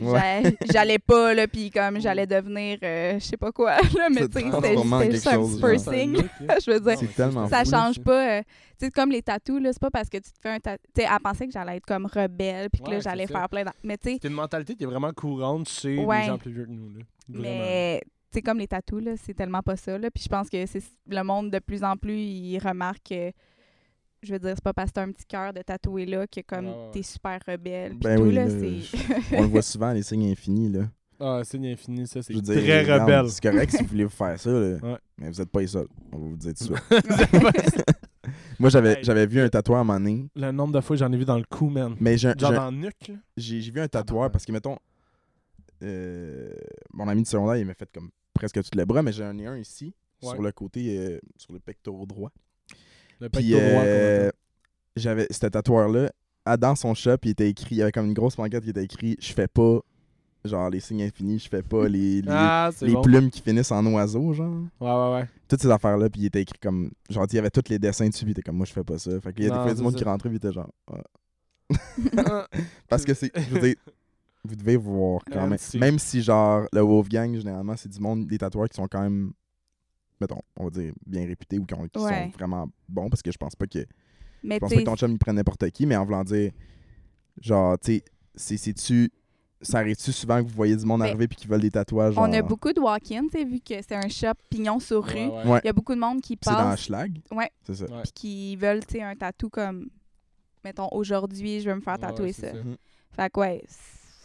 B: Ouais. *laughs*
C: j'a- j'allais pas, là, puis comme j'allais devenir, euh, je sais pas quoi, là,
B: Ça
C: mais tu sais,
B: te
C: c'était
B: transforme en
C: c'était
B: Ah, quelque
C: juste un
B: chose,
C: petit
B: genre.
C: piercing. *laughs* Je veux dire,
B: C'est tellement
C: ça
B: fou,
C: change pas. euh, tu sais, comme les tatous, là, c'est pas parce que tu te fais un tatou. Tu sais, elle pensait que j'allais être comme rebelle, puis que là,
A: Ouais, c'est
C: j'allais
A: ça.
C: faire plein d'en- Mais tu sais,
A: C'est une mentalité qui est vraiment courante chez
C: Ouais.
A: les gens plus vieux que nous, là. Vraiment.
C: mais. tu sais, comme les tatous, là, c'est tellement pas ça. Là. Puis je pense que c'est le monde, de plus en plus, il remarque que, je veux dire, c'est pas parce que t'as un petit cœur de tatoué là que comme
A: Ouais, ouais.
C: t'es super rebelle. Puis
B: Ben
C: tout,
B: oui,
C: là,
B: là, *laughs*
C: c'est... *laughs*
B: On le voit souvent, les signes infinis, là.
A: Ah, c'est infini, ça, c'est
B: Je veux dire,
A: très
B: regarde,
A: rebelle.
B: C'est correct si vous voulez vous faire ça, là.
A: Ouais.
B: mais vous êtes pas les seuls. On va vous dire tout ça. *laughs*
C: *laughs*
B: Moi, j'avais,
A: Hey.
B: j'avais vu un tatouage à un moment donné,
A: *laughs* Le nombre de fois que j'en ai vu dans le cou, man.
B: mais j'ai, un- j'ai
A: Genre
B: un-
A: dans le nuque, là.
B: j'ai- j'ai vu un tatoueur
A: Tabarnak.
B: parce que, mettons, euh, mon ami du secondaire, il m'a fait comme presque tout le bras, mais j'en ai un ici,
A: Ouais.
B: sur le côté, euh, sur le pectoral droit.
A: Le
B: Puis,
A: pectoral droit,
B: euh,
A: qu'on appelle.
B: j'avais ce tatoueur-là, à- dans son shop, il était écrit, il y avait comme une grosse banquette qui était écrit Je fais pas, genre, les signes infinis, je fais pas les, les,
A: Ah, c'est
B: les
A: bon.
B: plumes qui finissent en oiseau, genre.
A: Ouais, ouais, ouais.
B: toutes ces affaires-là, puis il était écrit comme. Genre, il y avait tous les dessins dessus, puis il était comme, moi, je fais pas ça. Fait qu'il y a des
A: Non,
B: fois du
A: c'est
B: monde
A: ça.
B: qui rentrait, puis il était genre. ouais.
A: Ah,
B: Parce que c'est. Je veux
A: *laughs*
B: dire, vous devez voir quand
A: Même
B: même.
A: si.
B: Même si, genre, le Wolfgang, généralement, c'est du monde, des tatoueurs qui sont quand même. Mettons, on va dire, bien réputés ou qui, ont- qui
C: Ouais.
B: sont vraiment bons, parce que je pense pas que.
C: mais
B: Je pense
C: tu
B: pas
C: sais,
B: que ton chum, il prenne n'importe qui, mais en voulant dire. Genre, tu sais, c'est- c'est-tu. Ça arrive-tu souvent que vous voyez du monde
C: Ben,
B: arriver, puis qu'ils veulent des tatouages, genre.
C: on a beaucoup de walk-in, tu sais, vu que c'est un shop pignon sur rue. Il
A: Ouais, ouais.
B: Ouais.
C: y a beaucoup de monde qui
B: C'est dans
C: passe
B: Schlag?
C: Ouais.
B: C'est ça.
A: Ouais.
C: puis qui veulent, tu sais, un tatou comme, mettons, aujourd'hui, je veux me faire
A: Ouais, ouais,
C: tatouer
A: c'est
C: ça.
A: ça.
C: Fait que ouais,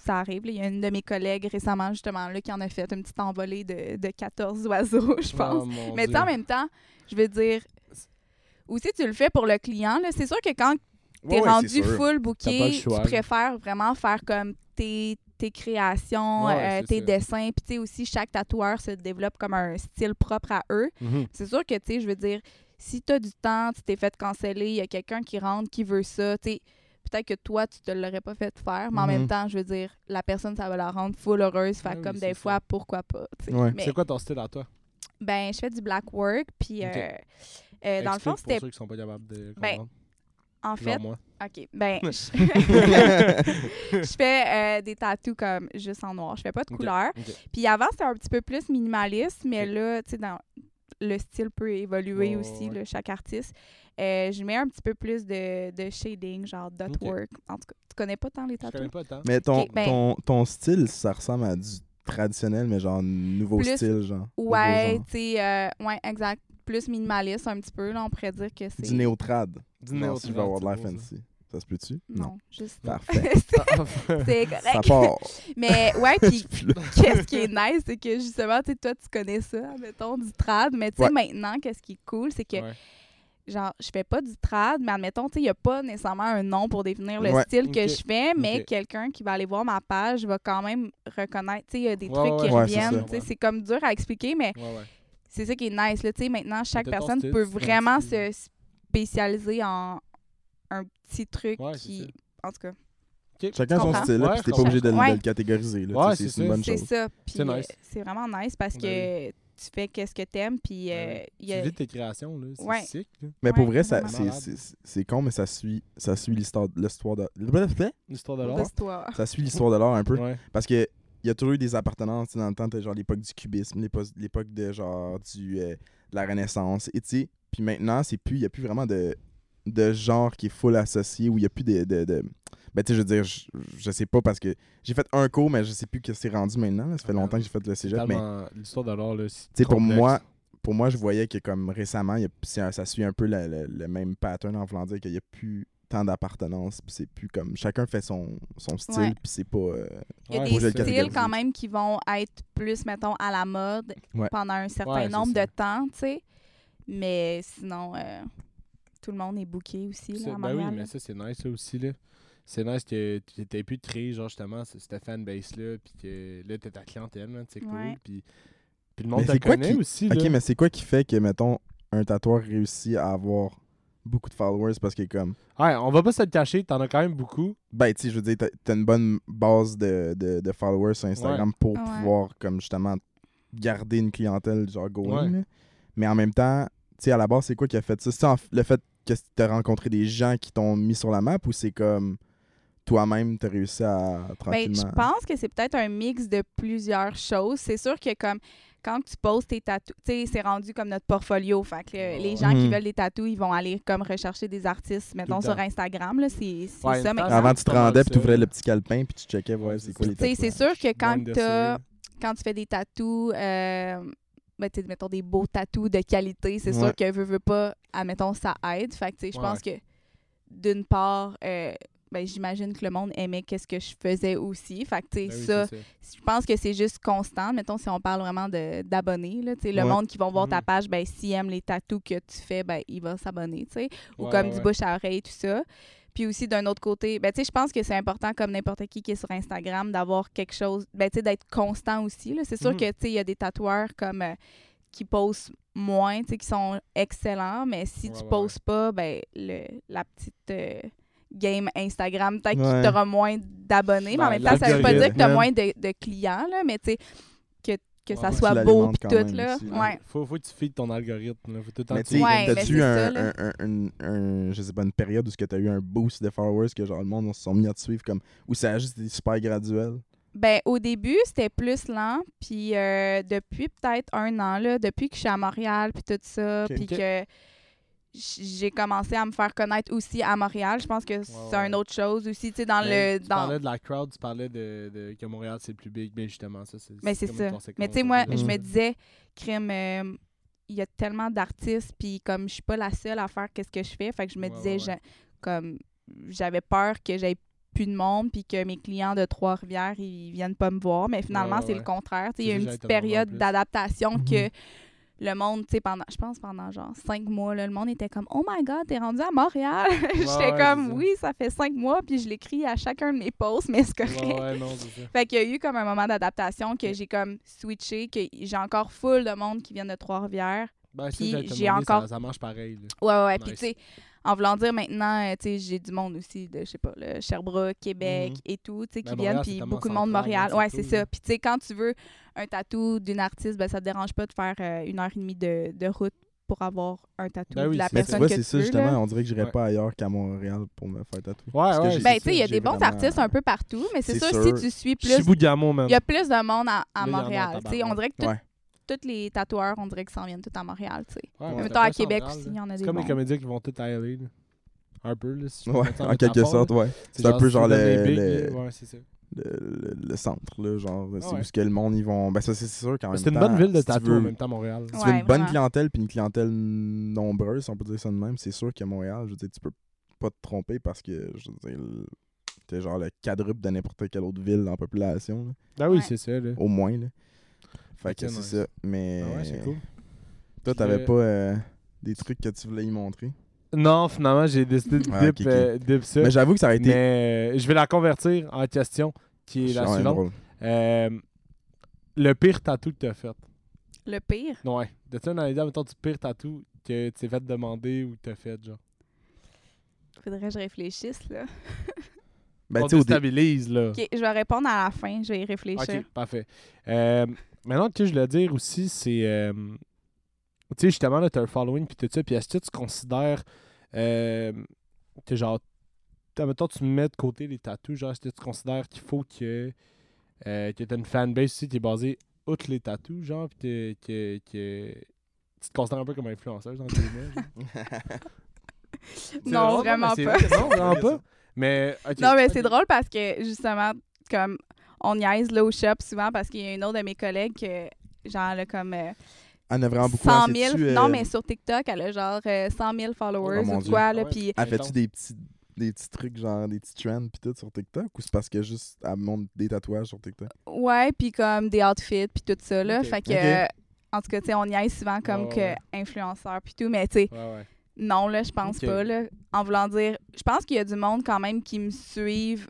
C: ça arrive. là. Il y a une de mes collègues récemment, justement, là, qui en a fait une petite envolée de, de 14 oiseaux, *laughs* je pense.
A: Oh, mon
C: Mais tu sais,
A: Dieu.
C: en même temps, je veux dire, aussi, tu le fais pour le client. là. C'est sûr que quand t'es
B: Ouais, ouais, c'est
C: rendu
B: sûr.
C: full
A: T'as pas le
C: bouquet, tu
A: choix, là.
C: préfères vraiment faire comme tes, tes créations,
A: Ouais,
C: euh,
A: c'est
C: tes
A: ça.
C: dessins. Puis tu sais, aussi, chaque tatoueur se développe comme un style propre à eux.
A: Mhm.
C: C'est sûr que, tu sais, je veux dire, si t'as du temps, tu t'es fait canceller, il y a quelqu'un qui rentre, qui veut ça, tu sais, peut-être que toi, tu te l'aurais pas fait faire, mais en
B: Mhm.
C: même temps, je veux dire, la personne, ça va la rendre full heureuse. Fait
A: Mm-hmm. Ah
C: comme
A: oui,
C: des
A: c'est
C: fois,
A: ça.
C: pourquoi pas, tu sais.
B: Ouais.
C: Mais,
A: C'est quoi ton style à toi?
C: ben, je fais du black work, puis
A: Ok.
C: euh, euh, dans le fond,
A: Explique
C: c'était,
A: Pour ceux qui sont pas capables de
C: Ben,
A: comprendre.
C: en
A: Genre
C: fait,
A: moi.
C: OK.
A: *laughs*
C: Ben, je, *laughs* je fais euh, des tatous comme juste en noir. Je fais pas de
A: Ok,
C: couleur.
A: ok.
C: Puis avant, c'était un petit peu plus minimaliste, mais
A: Ok.
C: là, tu sais, dans le style peut évoluer
A: Ouais, ouais,
C: aussi,
A: ouais.
C: là, chaque artiste. Euh, je mets un petit peu plus de, de shading, genre dot
A: Ok.
C: work. En tout cas, tu connais pas tant les
A: Je
C: tatous?
A: connais pas tant.
B: Mais ton,
C: Ok, ben-
B: ton, ton style, ça ressemble à du traditionnel, mais genre nouveau
C: Plus-
B: style, genre.
C: Ouais,
B: Nouveau
C: tu sais, euh, ouais, exact. Plus minimaliste un petit peu, là, on pourrait dire que
B: genre.
C: c'est...
B: Du néotrad.
A: Dîner
B: Non,
A: au
B: si je vais avoir de l'air
A: c'est beau, ça.
B: fancy. Ça se peut-tu?
C: *laughs* Non, juste.
B: Parfait.
C: c'est
B: Ça
C: correct.
B: part.
C: Mais ouais, *laughs*
A: *laughs*
C: puis
B: Puis là,
C: qu'est-ce qui est nice, c'est que justement, tu sais, toi, tu connais ça, mettons, du trad. Mais tu sais,
B: Ouais.
C: maintenant, qu'est-ce qui est cool, c'est que,
A: Ouais.
C: genre, je fais pas du trad, mais admettons, tu sais, il n'y a pas nécessairement un nom pour définir le
B: Ouais.
C: style que
A: Ok.
C: je fais, mais
A: Ok.
C: quelqu'un qui va aller voir ma page va quand même reconnaître, tu sais, il y a des
A: Ouais,
C: trucs
A: ouais.
C: qui
B: Ouais, c'est
C: reviennent.
B: ça.
C: tu sais, C'est comme dur à expliquer, mais
A: Ouais, ouais.
C: c'est ça qui est nice. Là, tu sais, maintenant, chaque
A: t'as ton
C: personne
A: style,
C: peut
A: tu fais un
C: vraiment se
A: style.
C: spécialiser en un petit truc
A: Ouais, c'est
C: qui. En tout cas,
B: Chacun son
C: comprends.
B: style, là,
A: Ouais,
B: puis t'es
A: je
B: pas obligé de,
C: comprends.
B: le- de
C: Ouais.
B: le catégoriser. Là,
A: Ouais,
B: tu sais,
A: c'est
B: c'est une
A: ça.
B: bonne
C: c'est
B: chose.
C: ça. Puis
A: C'est
C: euh,
A: nice.
C: c'est vraiment nice parce que
A: Ben
C: tu fais qu'est-ce que t'aimes, puis euh,
A: Ben
C: il
A: Tu
C: y a.
A: vis tes créations, là. C'est
C: Ouais.
A: sick, là.
B: Mais pour
C: Ouais,
B: vrai, ça- c'est-
C: vraiment.
B: c'est c'est- c'est con, mais ça suit, ça suit l'histoire l'histoire de blablabla.
A: L'histoire de
C: de
A: l'art.
C: toi.
B: ça suit l'histoire de l'art un peu.
A: Ouais.
B: Parce que il y a toujours eu des appartenances, tu sais, dans le temps, t'as genre l'époque du cubisme, l'époque l'époque de genre du euh, de la Renaissance, et tu sais, puis maintenant, c'est plus, il y a plus vraiment de, de genre qui est full associé, où il y a plus de, de, de- ben tu sais, je veux dire, je, je sais pas, parce que j'ai fait un cours, mais je sais plus que c'est rendu maintenant, là. ça
A: Ah,
B: fait longtemps que j'ai fait le cégep, mais
A: Tellement- euh, L'histoire de l'art, là. c'est
B: Tu sais, pour
A: complexe.
B: moi, pour moi, je voyais que comme récemment, il y a- c'est un- ça suit un peu le, le- le même pattern en voulant dire qu'il n'y a plus tant d'appartenance, puis c'est plus comme chacun fait son, son style,
C: Ouais.
B: puis c'est pas. euh,
C: Il y a
A: Ouais,
B: Faut que je
C: des
B: le
C: styles
B: catégorise.
C: quand même qui vont être plus, mettons, à la mode
B: Ouais.
C: pendant un certain
A: Ouais, c'est
C: nombre
A: ça.
C: de temps, tu sais. Mais sinon, euh, tout le monde est booké aussi
A: Ça-
C: là, à
A: ben oui,
C: Montréal. là.
A: mais ça, c'est nice, ça aussi, là. C'est nice que tu aies pu te créer, genre, justement, ce- cette fanbase-là, puis que là, t'es ta clientèle, man, c'est
C: Ouais.
A: cool. Puis, puis le monde
B: Mais
A: te
B: c'est quoi
A: connaît
B: qui-
A: aussi,
B: Ok,
A: là.
B: mais c'est quoi qui fait que, mettons, un tatoueur réussit à avoir beaucoup de followers parce que, comme,
A: Ouais, on va pas se le cacher, t'en as quand même beaucoup.
B: ben, tu sais, je veux dire, t'as- t'as une bonne base de, de, de followers sur Instagram pour
C: Ouais.
B: pouvoir, comme, justement, garder une clientèle, genre, going.
A: Ouais.
B: là. Mais en même temps, tu sais, à la base, c'est quoi qui a fait ça? C'est en f- le fait que t'as rencontré des gens qui t'ont mis sur la map ou c'est comme toi-même, t'as réussi à
C: Ben,
B: tranquillement... hein.
C: je pense que c'est peut-être un mix de plusieurs choses. C'est sûr que comme quand tu poses tes tatous, tu sais, c'est rendu comme notre portfolio. Fait que euh,
A: Ah, Ouais,
C: les
A: ouais.
C: gens qui
B: Mhm.
C: veulent des tatous, ils vont aller comme rechercher des artistes, mettons,
A: le
C: sur
A: temps.
C: Instagram. là. C'est c'est
A: Ouais,
C: ça
A: une
C: maintenant.
B: Avant, tu te rendais, puis
A: Ça.
B: t'ouvrais le petit calepin, puis tu checkais, ouais, c'est quoi les
C: Tu sais, c'est
B: tatouages.
C: sûr que quand
A: Bande de
C: t'as
A: ça.
C: quand tu fais des tatous, euh, ben, tu sais, mettons des beaux tatous de qualité, c'est
B: Ouais.
C: sûr que veux, veux pas, admettons, ça aide. Fait que, tu sais, je
A: Ouais,
C: pense que d'une part, euh, ben, j'imagine que le monde aimait qu'est-ce que je faisais aussi. Fait que, tu sais,
A: Ben oui,
C: ça,
A: c'est
C: je pense que c'est juste constant. Mettons, si on parle vraiment de- d'abonnés, là, tu sais, le
B: Ouais.
C: monde qui vont voir ta
A: Mhm.
C: page, ben, s'ils aiment les tatous que tu fais, ben, il va s'abonner, tu sais. Ou
A: Ouais,
C: comme
A: ouais,
C: du
A: ouais.
C: bouche à oreille, tout ça. Puis aussi, d'un autre côté, ben, tu sais, je pense que c'est important, comme n'importe qui qui est sur Instagram, d'avoir quelque chose, ben, tu sais, d'être constant aussi, là. C'est sûr
A: Mhm.
C: que, tu sais, il y a des tatoueurs comme... euh, qui posent moins, tu sais, qui sont excellents, mais si
A: Ouais,
C: tu
A: ouais,
C: poses pas, ben, le, la petite euh, game Instagram, peut-être que
B: Ouais.
C: tu auras moins d'abonnés, mais en
A: Ouais,
C: même temps, ça veut pas dire que tu as
B: l'algorithme.
C: moins de, de clients, là, mais tu sais, que, que ça
A: Ouais.
B: Tu
C: soit
B: l'alimentes
C: beau pis
B: quand
C: tout,
B: même
C: là.
B: aussi, là.
C: ouais.
A: Faut, faut que tu feed ton algorithme, là. Faut tout le temps
B: Mais
A: que
B: tu sais,
C: Ouais, mais
B: t'as-tu
C: c'est
B: un,
C: ça, là.
B: un- un- un- un- je sais pas, une période où ce que t'as eu un boost de followers que genre le monde on se sont mis à te suivre comme, ou ça a juste été super graduel?
C: Ben, au début, c'était plus lent, puis euh, depuis peut-être un an, là, depuis que je suis à Montréal, puis tout ça,
B: Ok.
C: puis
A: Ok.
C: que j- j'ai commencé à me faire connaître aussi à Montréal, je pense que c'est
A: ouais.
C: une autre chose aussi, tu sais, dans
A: Mais
C: le...
A: Tu
C: Dans...
A: parlais de la crowd, tu parlais de, de- que Montréal c'est le plus big, mais justement, ça c'est.
C: Mais c'est
A: comme
C: ça.
A: une conséquence
C: Mais tu sais, moi,
A: de-
C: je me
B: Mhm.
C: disais, crime, euh, il y a tellement d'artistes, puis comme je suis pas la seule à faire qu'est-ce que je fais, fait que je me
A: Ouais,
C: disais,
A: ouais,
C: j'a-
A: ouais.
C: comme j'avais peur que j'aie plus de monde, puis que mes clients de Trois-Rivières, ils viennent pas me voir. Mais finalement,
A: ouais,
C: c'est le
A: ouais.
C: contraire. Tu sais, Il y a
A: C'est
C: une
A: ça,
C: petite
A: j'allais te demander en
C: période
A: plus.
C: d'adaptation
B: Mhm.
C: que le monde, tu sais, pendant, je pense pendant genre cinq mois, là, le monde était comme, oh my god, t'es rendu à Montréal. *laughs* J'étais
A: ouais, c'est
C: comme,
A: ça.
C: oui, ça fait cinq mois, puis je l'écris à chacun de mes posts, mais c'est correct.
A: Ouais, ouais, non, c'est ça.
C: Fait qu'il y a eu comme un moment d'adaptation que
A: Ok.
C: j'ai comme switché, que j'ai encore full de monde qui viennent de Trois-Rivières.
A: Ben, c'est ça,
C: Puis
A: j'allais te
C: j'ai
A: demander,
C: encore-
A: Ça, ça marche pareil, là.
C: Ouais, ouais, ouais. Puis,
A: Nice.
C: tu sais, en voulant dire maintenant, euh, tu sais, j'ai du monde aussi de, je sais pas, le Sherbrooke, Québec
B: Mhm.
C: et tout, tu sais, qui
A: Ben,
C: viennent,
A: Montréal, c'est
C: puis
A: tellement
C: beaucoup de monde de
A: central, là,
C: Montréal.
A: c'est
C: Ouais, c'est
A: cool,
C: ça.
A: là.
C: Puis, tu sais, quand tu veux un tatou d'une artiste, ben, ça te dérange pas de faire euh, une heure et demie de, de route pour avoir un tatou
A: Ben oui,
C: de
A: c'est
C: la
A: ça. Mais
B: Mais tu
C: personne
B: vois,
C: que
B: c'est
C: tu
B: ça
C: veux,
B: justement,
C: là.
B: on dirait que j'irais
A: Ouais.
B: pas ailleurs qu'à Montréal pour me faire tatouer.
A: Ouais,
B: Parce que
A: ouais,
B: j'ai-
C: Ben,
B: c'est
C: tu sais, il y a
B: ça,
C: des
B: j'ai
C: bons
B: vraiment-
C: artistes un peu partout, mais c'est
B: C'est
C: sûr,
B: sûr.
C: si tu suis
A: Je suis
C: plus...
A: bougamo, man.
C: Il y a plus de monde à,
A: Là,
C: à
A: il y en a en
C: Montréal, tu sais. On
A: tabarnak.
C: dirait que tout-
B: Ouais.
C: tous les tatoueurs, on dirait qu'ils s'en viennent tous à Montréal, tu sais.
A: Ouais,
B: Mais
A: mais
C: Mettons
A: t'as
C: à
A: pas
C: Québec
A: Central,
C: aussi, il
A: là.
C: y en a
A: C'est
C: des
A: comme les
C: bons.
A: comédiens qui vont tout à LA, là. Un peu, là. si je peux mettre
B: Ouais,
A: ça
B: en
A: métaphore,
B: quelque
A: là.
B: sorte, ouais. C'est un
A: genre
B: peu genre
A: Steven
B: le-
A: Big,
B: le-
A: là. Ouais, c'est ça.
B: le, le- le centre, là, genre, c'est
A: ouais.
B: où ce que le monde, ils vont... Ben ça, c'est sûr qu'en même
A: C'est une
B: temps,
A: bonne ville de
B: si tu
A: tatou
B: veux-
A: en même temps, Montréal.
B: Si tu veux
C: Ouais,
B: une bonne
C: vraiment.
B: clientèle puis une clientèle nombreuse, si on peut dire ça de même, c'est sûr qu'à Montréal, je veux dire, tu peux pas te tromper parce que, je veux dire, le- t'es genre le quadruple de n'importe quelle autre ville dans la population, là.
A: Ben oui,
C: Ouais.
A: c'est ça, là.
B: au moins, là. Fait que
A: Ok,
B: c'est
A: nice.
B: ça, mais...
A: Ah ouais, c'est cool.
B: Toi, t'avais
A: Euh,
B: pas euh, des trucs que tu voulais y montrer.
A: Non, finalement, j'ai décidé de dip,
B: Ah, ok, ok.
A: euh, dip ça.
B: Mais
A: Mais,
B: j'avoue que ça aurait été.
A: euh, je vais la convertir en question qui est la
B: Ouais,
A: suivante.
B: drôle.
A: Euh, le pire tatou que t'as fait.
C: Le pire,
A: Ouais. De tu une anecdote, mettons, du pire tatou que tu t'es fait demander ou que t'as fait, genre.
C: faudrait que je réfléchisse, là.
B: Ben,
A: On
B: tu sais, au dé-
A: déstabilise, là.
C: OK, je vais répondre à la fin, je vais y réfléchir.
A: Ok, parfait. Euh, maintenant, tu sais, je voulais dire aussi, c'est. euh, tu sais, justement, là, t'as un following, puis tout ça. Puis est-ce que tu considères. Euh, que genre. t'as- Mettons, tu mets de côté les tatous, genre, est-ce que tu considères qu'il faut que. Euh, que t'as une fanbase aussi qui est basée outre les tatous, genre, puis que. que, que- tu te considères un peu comme influenceuse, entre guillemets.
C: *laughs*
A: genre?
B: *laughs*
A: C'est
C: Non,
A: drôle,
C: vraiment
A: mais c'est
C: pas.
A: vrai, Non,
C: *laughs*
A: vraiment pas. Mais. ok.
C: Non, mais
A: Ok.
C: c'est drôle parce que, justement, comme on niaise là au shop souvent parce qu'il y a une autre de mes collègues que, genre, là, comme euh,
B: Elle a vraiment beaucoup
C: 100
B: lancé
C: 000...
B: dessus, euh,
C: Non, mais sur TikTok, elle a genre euh, 100 000 followers
B: Oh, mon
C: ou
B: Dieu.
C: quoi,
A: Ah
C: là,
A: ouais.
C: puis...
B: Elle fait-tu
A: Intense.
B: des petits, des petits trucs, genre des petits trends pis tout sur TikTok ou c'est parce que juste elle monte des tatouages sur TikTok
C: Ouais, puis comme des outfits, puis tout ça, là.
A: Ok.
C: Fait que,
B: Ok.
C: euh, en tout cas, tu sais, on y aille souvent comme
A: Ouais,
C: que
A: ouais.
C: influenceur, puis tout, mais tu sais,
A: Ouais, ouais.
C: non, là, je pense
A: Ok.
C: pas, là. En voulant dire, je pense qu'il y a du monde quand même qui me suivent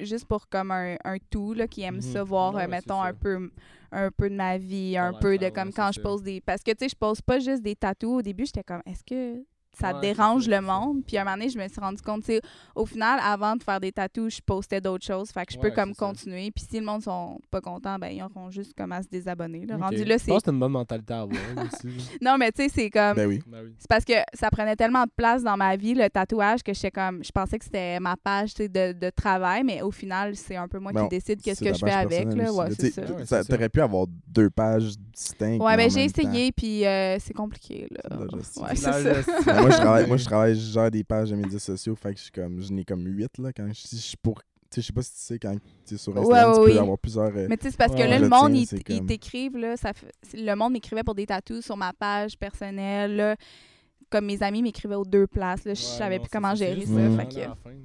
C: juste pour comme un, un tout, là, qui aime
A: Mhm.
C: ça, voir,
A: Ouais,
C: euh,
A: ouais,
C: mettons,
A: c'est
C: un
A: ça.
C: peu, un peu de ma vie, un
A: Ton
C: peu de
A: lifestyle,
C: comme
A: ouais,
C: quand
A: c'est
C: je
A: ça.
C: pose des. Parce que, tu sais, je pose pas juste des tatous. Au début, j'étais comme, est-ce que ça
A: Ouais, c'est
C: dérange
A: ça,
C: le
A: c'est ça.
C: monde? Puis à un moment donné, je me suis rendu compte, tu sais, au final, avant de faire des tatous, je postais d'autres choses. Fait que je
A: Ouais,
C: peux comme
A: c'est ça.
C: continuer. Puis si le monde sont pas contents, ben ils auront juste comme à se désabonner. là.
A: Ok.
C: Rendu là,
A: Je
C: c'est.
A: pense que c'est une bonne mentalité à avoir *laughs* aussi.
C: Non, mais tu sais, c'est comme.
B: Ben oui.
A: Ben oui.
C: C'est parce que ça prenait tellement de place dans ma vie, le tatouage, que j'étais comme. Je pensais que c'était ma page tu sais, de, de travail, mais au final, c'est un peu moi
B: Ben,
C: qui décide qu'est-ce
B: C'est
C: que
B: ta
C: je fais
B: page
C: avec.
B: personnelle
C: Là.
B: aussi,
C: Ouais,
B: là.
C: c'est
B: T'sais,
C: ça.
A: ça. Ouais, c'est
B: T'aurais pu avoir deux pages distinctes.
C: Ouais,
B: mais
C: ben
B: en
C: j'ai
B: même temps.
C: essayé, puis euh, c'est compliqué, là.
B: C'est de la gestion.
C: Ouais,
A: La
C: c'est
B: *laughs*
C: ça.
A: gestion.
B: Ben, moi, je travaille,
C: *laughs*
B: moi, je travaille, je gère des pages de médias sociaux, fait que je suis comme, je n'ai comme huit là. Quand je, si je suis pour, tu sais, je sais pas si tu sais quand tu es sur
C: Ouais,
B: Instagram,
C: ouais,
B: tu peux
C: oui.
B: avoir plusieurs. euh,
C: *laughs* Mais tu sais, c'est parce que
A: Ouais,
C: là,
A: ouais.
C: le
B: Je tiens,
C: monde, ils
B: c'est
C: ils
B: comme-
C: t'écrivent, là. Ça fait- Le monde m'écrivait pour des tatous sur ma page personnelle, là. Comme mes amis m'écrivaient aux deux places, là. Je
A: Ouais,
C: savais
A: non,
C: plus
A: c'est Mm.
C: comment
A: ça, c'est
C: gérer
A: juste
C: ça.
B: vraiment
C: Fait
A: là,
C: que.
A: à la fin, là.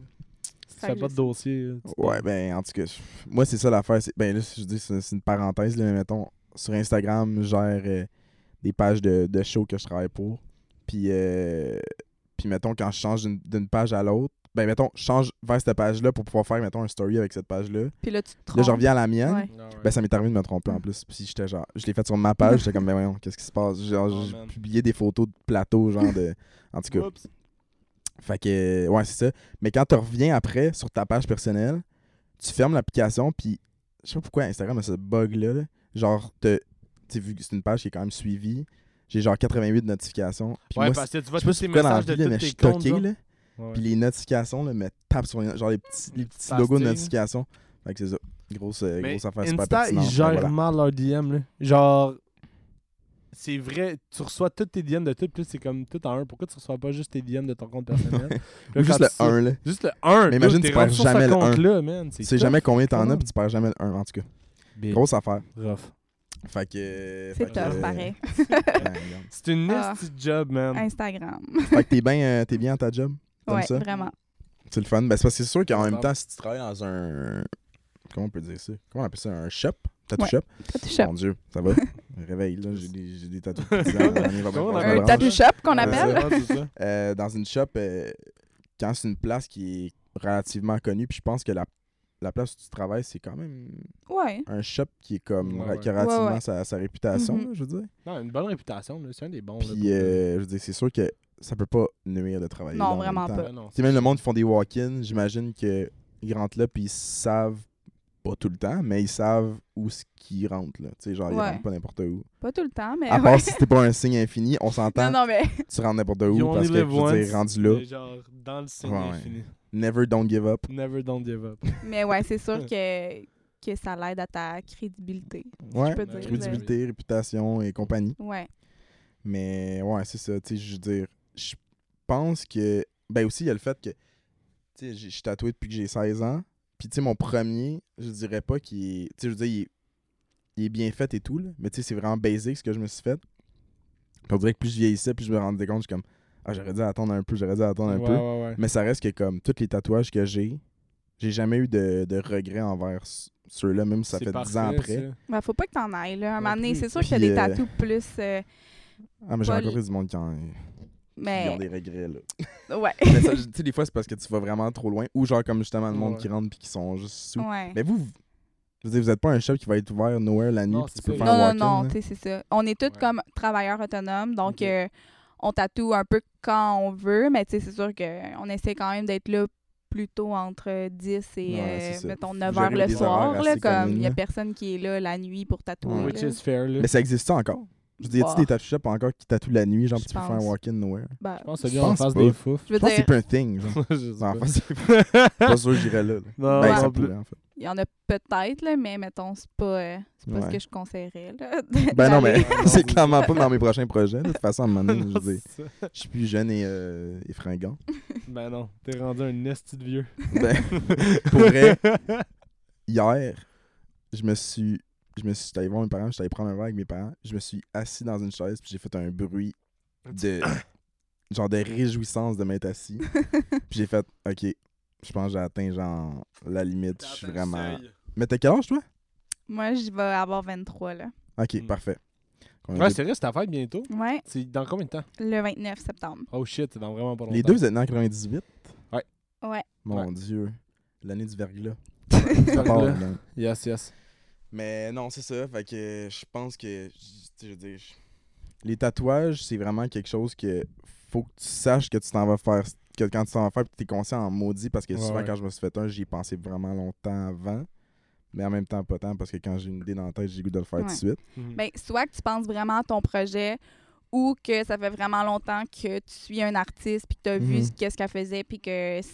A: Si tu
C: Ça
A: fais pas de
C: glisse.
A: dossier. là, tu-
B: Ouais, ben, en tout cas, je- moi, c'est ça l'affaire. c'est- Ben, là, je dis, c'est c'est une parenthèse, là, mais mettons, sur Instagram, je gère euh, des pages de, de shows que je travaille pour. Puis, euh, puis mettons, quand je change d'une- d'une page à l'autre, ben, mettons, je change vers cette page-là pour pouvoir faire, mettons, un story avec cette page-là.
C: Puis là, tu te
B: Là, je
C: trompes.
B: reviens à la mienne.
C: Ouais.
A: Ah ouais. Hmm.
B: Ben, ça m'est arrivé de me tromper en plus. Puis, j'étais genre, je l'ai fait sur ma
A: *laughs*
B: page, j'étais comme, ben, voyons, qu'est-ce qui se passe? Genre,
A: Oh,
B: j'ai
A: man.
B: publié des photos de plateaux, genre, de. *laughs* En tout cas.
A: Oups.
B: Fait que, ouais, c'est ça. Mais quand tu reviens après sur ta page personnelle, tu fermes l'application, puis je sais pas pourquoi Instagram a ce bug-là. là. Genre, te- tu sais, vu que c'est une page qui est quand même suivie, j'ai genre 88 notifications. Puis
A: Ouais,
B: moi,
A: parce que tu
B: je
A: vas
B: sais pas
A: tous
B: si
A: tes
B: pourquoi dans la
A: messages
B: vie,
A: de
B: là, mais
A: tous
B: je
A: tes
B: suis
A: comptes.
B: toqué,
A: genre.
B: là.
A: Ouais.
B: Puis les notifications, là, me tapent sur les... Genre les petits,
A: Les
B: les
A: petites
B: petits logos de
A: pastilles, là.
B: notifications. Fait que c'est ça. Grosse, euh,
A: Mais
B: grosse affaire super
A: Insta,
B: pertinente.
A: ils
B: Ben
A: gèrent
B: voilà.
A: mal leur DM. Là. Genre, c'est vrai, tu reçois toutes tes DM de tout, puis là, c'est comme tout en un. Pourquoi tu reçois pas juste tes DM de ton compte
B: *laughs*
A: personnel? Là,
B: Ou juste
A: quand
B: le
A: tu-
B: 1, là.
A: Juste le 1.
B: Mais imagine, tu perds jamais le un.
A: Là, man,
B: Tu
A: c'est
B: sais jamais combien t'en
A: quand
B: as,
A: même.
B: puis tu perds jamais le 1, en tout cas.
A: Big.
B: Grosse affaire.
A: Rough.
B: Fait que...
C: C'est
B: fait que,
C: tough,
B: euh,
C: pareil.
B: *laughs* ben, regarde.
A: C'est une
C: Ah.
A: nasty job, man.
C: Instagram.
B: Fait que t'es bien euh, t'es bien à ta job? T'aimes
C: Ouais,
B: ça?
C: vraiment.
B: C'est le fun. Ben, c'est parce que c'est sûr qu'en
A: C'est
B: même
A: bon.
B: temps, si tu travailles dans un. Comment on peut dire ça Comment on appelle ça Un shop Tattoo
C: Ouais,
B: shop
C: Tattoo shop.
B: Mon Dieu, ça va. Réveille, là, j'ai des, j'ai des tatous.
A: *laughs*
B: petits dans- dans les-
A: Comment on
B: dans les
A: appelle
C: Un
B: branches.
A: ça?
C: tattoo shop qu'on
B: Ouais,
C: appelle.
B: ça.
A: Ouais, c'est ça.
B: Euh, dans une shop, euh, quand c'est une place qui est relativement connue, puis je pense que la, la place où tu travailles, c'est quand même
C: Ouais.
B: un shop qui est comme.
A: Ouais, ouais.
B: qui a relativement
C: Ouais, ouais.
B: Sa, sa réputation,
C: Mhm.
B: là, je veux dire.
A: *laughs* Non, une bonne réputation, là, c'est un des bons. là, pour
B: Puis,
A: le-
B: euh, je veux dire, c'est sûr que ça peut pas nuire de travailler.
C: Non,
B: là en même
C: vraiment
B: temps.
C: pas.
A: Ouais, non,
B: Tu sais, même le monde, ils font des walk-ins. J'imagine qu'ils rentrent là, puis ils savent, pas tout le temps, mais ils savent où ce qu'ils rentrent. Là. Tu sais, genre, ils
C: Ouais.
B: rentrent pas n'importe où.
C: Pas tout le temps, mais.
B: à
C: ouais.
B: part si c'était pas un signe infini, on
C: Non,
B: s'entend,
C: non, mais. *laughs*
B: tu rentres n'importe
A: You
B: où,
A: only
B: parce que, je
A: live
B: veux
A: once.
B: dire, rendu
A: c'est-
B: là,
A: c'est genre dans le signe
B: Ouais, ouais.
A: infini.
B: never don't give up.
A: Never don't give
C: *laughs*
A: up.
C: Mais ouais, c'est sûr que, que ça l'aide à ta crédibilité.
B: Ouais,
C: peux dire,
B: crédibilité, réputation et compagnie.
C: Ouais.
B: Mais ouais, c'est ça. Tu sais, je veux dire, je pense que. Ben aussi, il y a le fait que. Tu sais, j'ai- je suis tatoué depuis que j'ai 16 ans. Puis, tu sais, mon premier, je dirais pas qu'il est. Tu sais, je veux dire, il est, il est bien fait et tout, là. Mais, tu sais, c'est vraiment basic ce que je me suis fait. Puis, on dirait que plus je vieillissais, plus je me rendais compte, je suis comme, ah, j'aurais dû attendre un peu, j'aurais dû attendre un
A: ouais,
B: peu.
A: ouais, ouais.
B: Mais ça reste que, comme, tous les tatouages que j'ai, j'ai jamais eu de, de regrets envers c- ceux-là, même si ça
A: C'est
B: fait
A: parfait,
B: 10 ans après.
A: ça.
C: Ben, faut pas que t'en ailles, là. À un
A: Non
C: moment donné,
A: plus.
C: c'est sûr que t'as
B: Puis,
C: des
B: euh,
C: tatous plus. euh,
B: Ah, mais j'ai
C: Paul-
B: rencontré du monde qui, en- qui ont
C: mais.
B: des regrets, là.
C: Ouais. *laughs*
B: mais ça, je- tu sais, des fois, c'est parce que tu vas vraiment trop loin. Ou, genre, comme justement, le monde
A: Ouais.
B: qui rentre puis qui sont juste sous.
C: ouais.
B: Mais vous, vous- je veux dire, vous êtes pas un shop qui va être ouvert nowhere la nuit
A: Non,
B: puis tu
A: c'est
B: peux
A: ça.
B: faire
C: Non, non,
B: walk-in.
C: non,
B: là.
C: tu sais, c'est ça. On est tous
A: Ouais.
C: comme travailleurs autonomes, donc
A: Ok.
C: euh, on tatoue un peu quand on veut, mais tu sais, c'est sûr qu'on essaie quand même d'être là plutôt entre 10 et,
B: Ouais,
C: euh,
B: c'est ça.
C: mettons,
B: Vous
C: 9 h
B: gérez
C: le
B: des
C: soir,
B: horaires
C: là,
B: assez
C: comme il n'y a
B: communes, là.
C: personne qui est là la nuit pour tatouer.
B: Ouais.
A: Which
C: là.
A: is fair, là.
B: Mais ça existe ça encore? Je veux dire, y a-tu
C: Bah.
B: des tattoo shops encore qui tatouent la nuit, genre,
C: Je
B: puis tu peux faire un
C: pense.
B: walk-in nowhere?
C: Ben,
A: Je pense que
B: Je
A: bien en
B: pense
A: face
B: pas.
A: des foufs.
C: je veux
B: Je pense que
C: dire,
B: c'est pas un
A: *laughs*
B: thing, genre.
A: Je sais
B: Non,
A: pas. Ah,
B: enfin, c'est pas sûr que j'irais là. là.
A: *laughs* Non,
B: Ben,
C: Ouais.
B: ça
A: non plus.
B: pourrait, en fait.
C: *laughs* il y en a peut-être, là, mais mettons, c'est pas, euh, c'est pas ce
B: Ouais.
C: que je conseillerais. là, *laughs*
B: Ben non, mais
A: Ouais,
C: d'aller-
A: non,
B: *laughs* c'est
A: c'est-
B: clairement pas dans mes prochains projets. là. De toute façon, à un moment
A: *laughs*
B: donné,
A: *laughs*
B: je
A: Non,
B: veux dire,
A: c'est ça.
B: je suis plus jeune et, euh, et fringant.
A: Ben non, t'es rendu un esti de vieux.
B: Ben, *laughs*
A: *laughs*
B: pour vrai, hier, je me suis. Je me suis j'étais allé voir mes parents, j'étais allé prendre un verre avec mes parents. Je me suis assis dans une chaise, puis j'ai fait un bruit de. *coughs* genre de réjouissance de m'être assis. Puis j'ai fait, OK, je pense que j'ai atteint, genre, la limite. Je suis vraiment. Mais t'as quel âge, toi?
C: Moi, je vais avoir 23, là.
B: Ok,
A: Mm.
B: parfait. On a
A: Ouais,
B: deux-
A: c'est vrai, c'est ta fête bientôt.
C: Ouais,
A: C'est dans combien de temps?
C: le 29 septembre.
A: Oh shit, c'est dans vraiment pas longtemps.
B: Les deux, vous êtes nés en 98?
A: Ouais.
C: Ouais.
B: Mon
A: Ouais.
B: Dieu. L'année du verglas. Ça
A: Verglas.
B: part, là.
A: Yes, yes.
B: Mais non, c'est ça. Fait que je pense que. tu sais, Je veux dire, je- Les tatouages, c'est vraiment quelque chose que faut que tu saches que tu t'en vas faire. Que quand tu t'en vas faire, tu es conscient en maudit. Parce que
A: Ouais,
B: souvent,
A: ouais.
B: quand je me suis fait un, j'y ai pensé vraiment longtemps avant. Mais en même temps, pas tant. Parce que quand j'ai une idée dans la tête, j'ai le goût de le faire tout
C: Ouais.
B: de suite.
A: Mhm.
C: *laughs* Ben, soit que tu penses vraiment à ton projet ou que ça fait vraiment longtemps que tu suis un artiste puis que tu as vu
B: Mhm.
C: ce- qu'est-ce qu'elle faisait puis que c-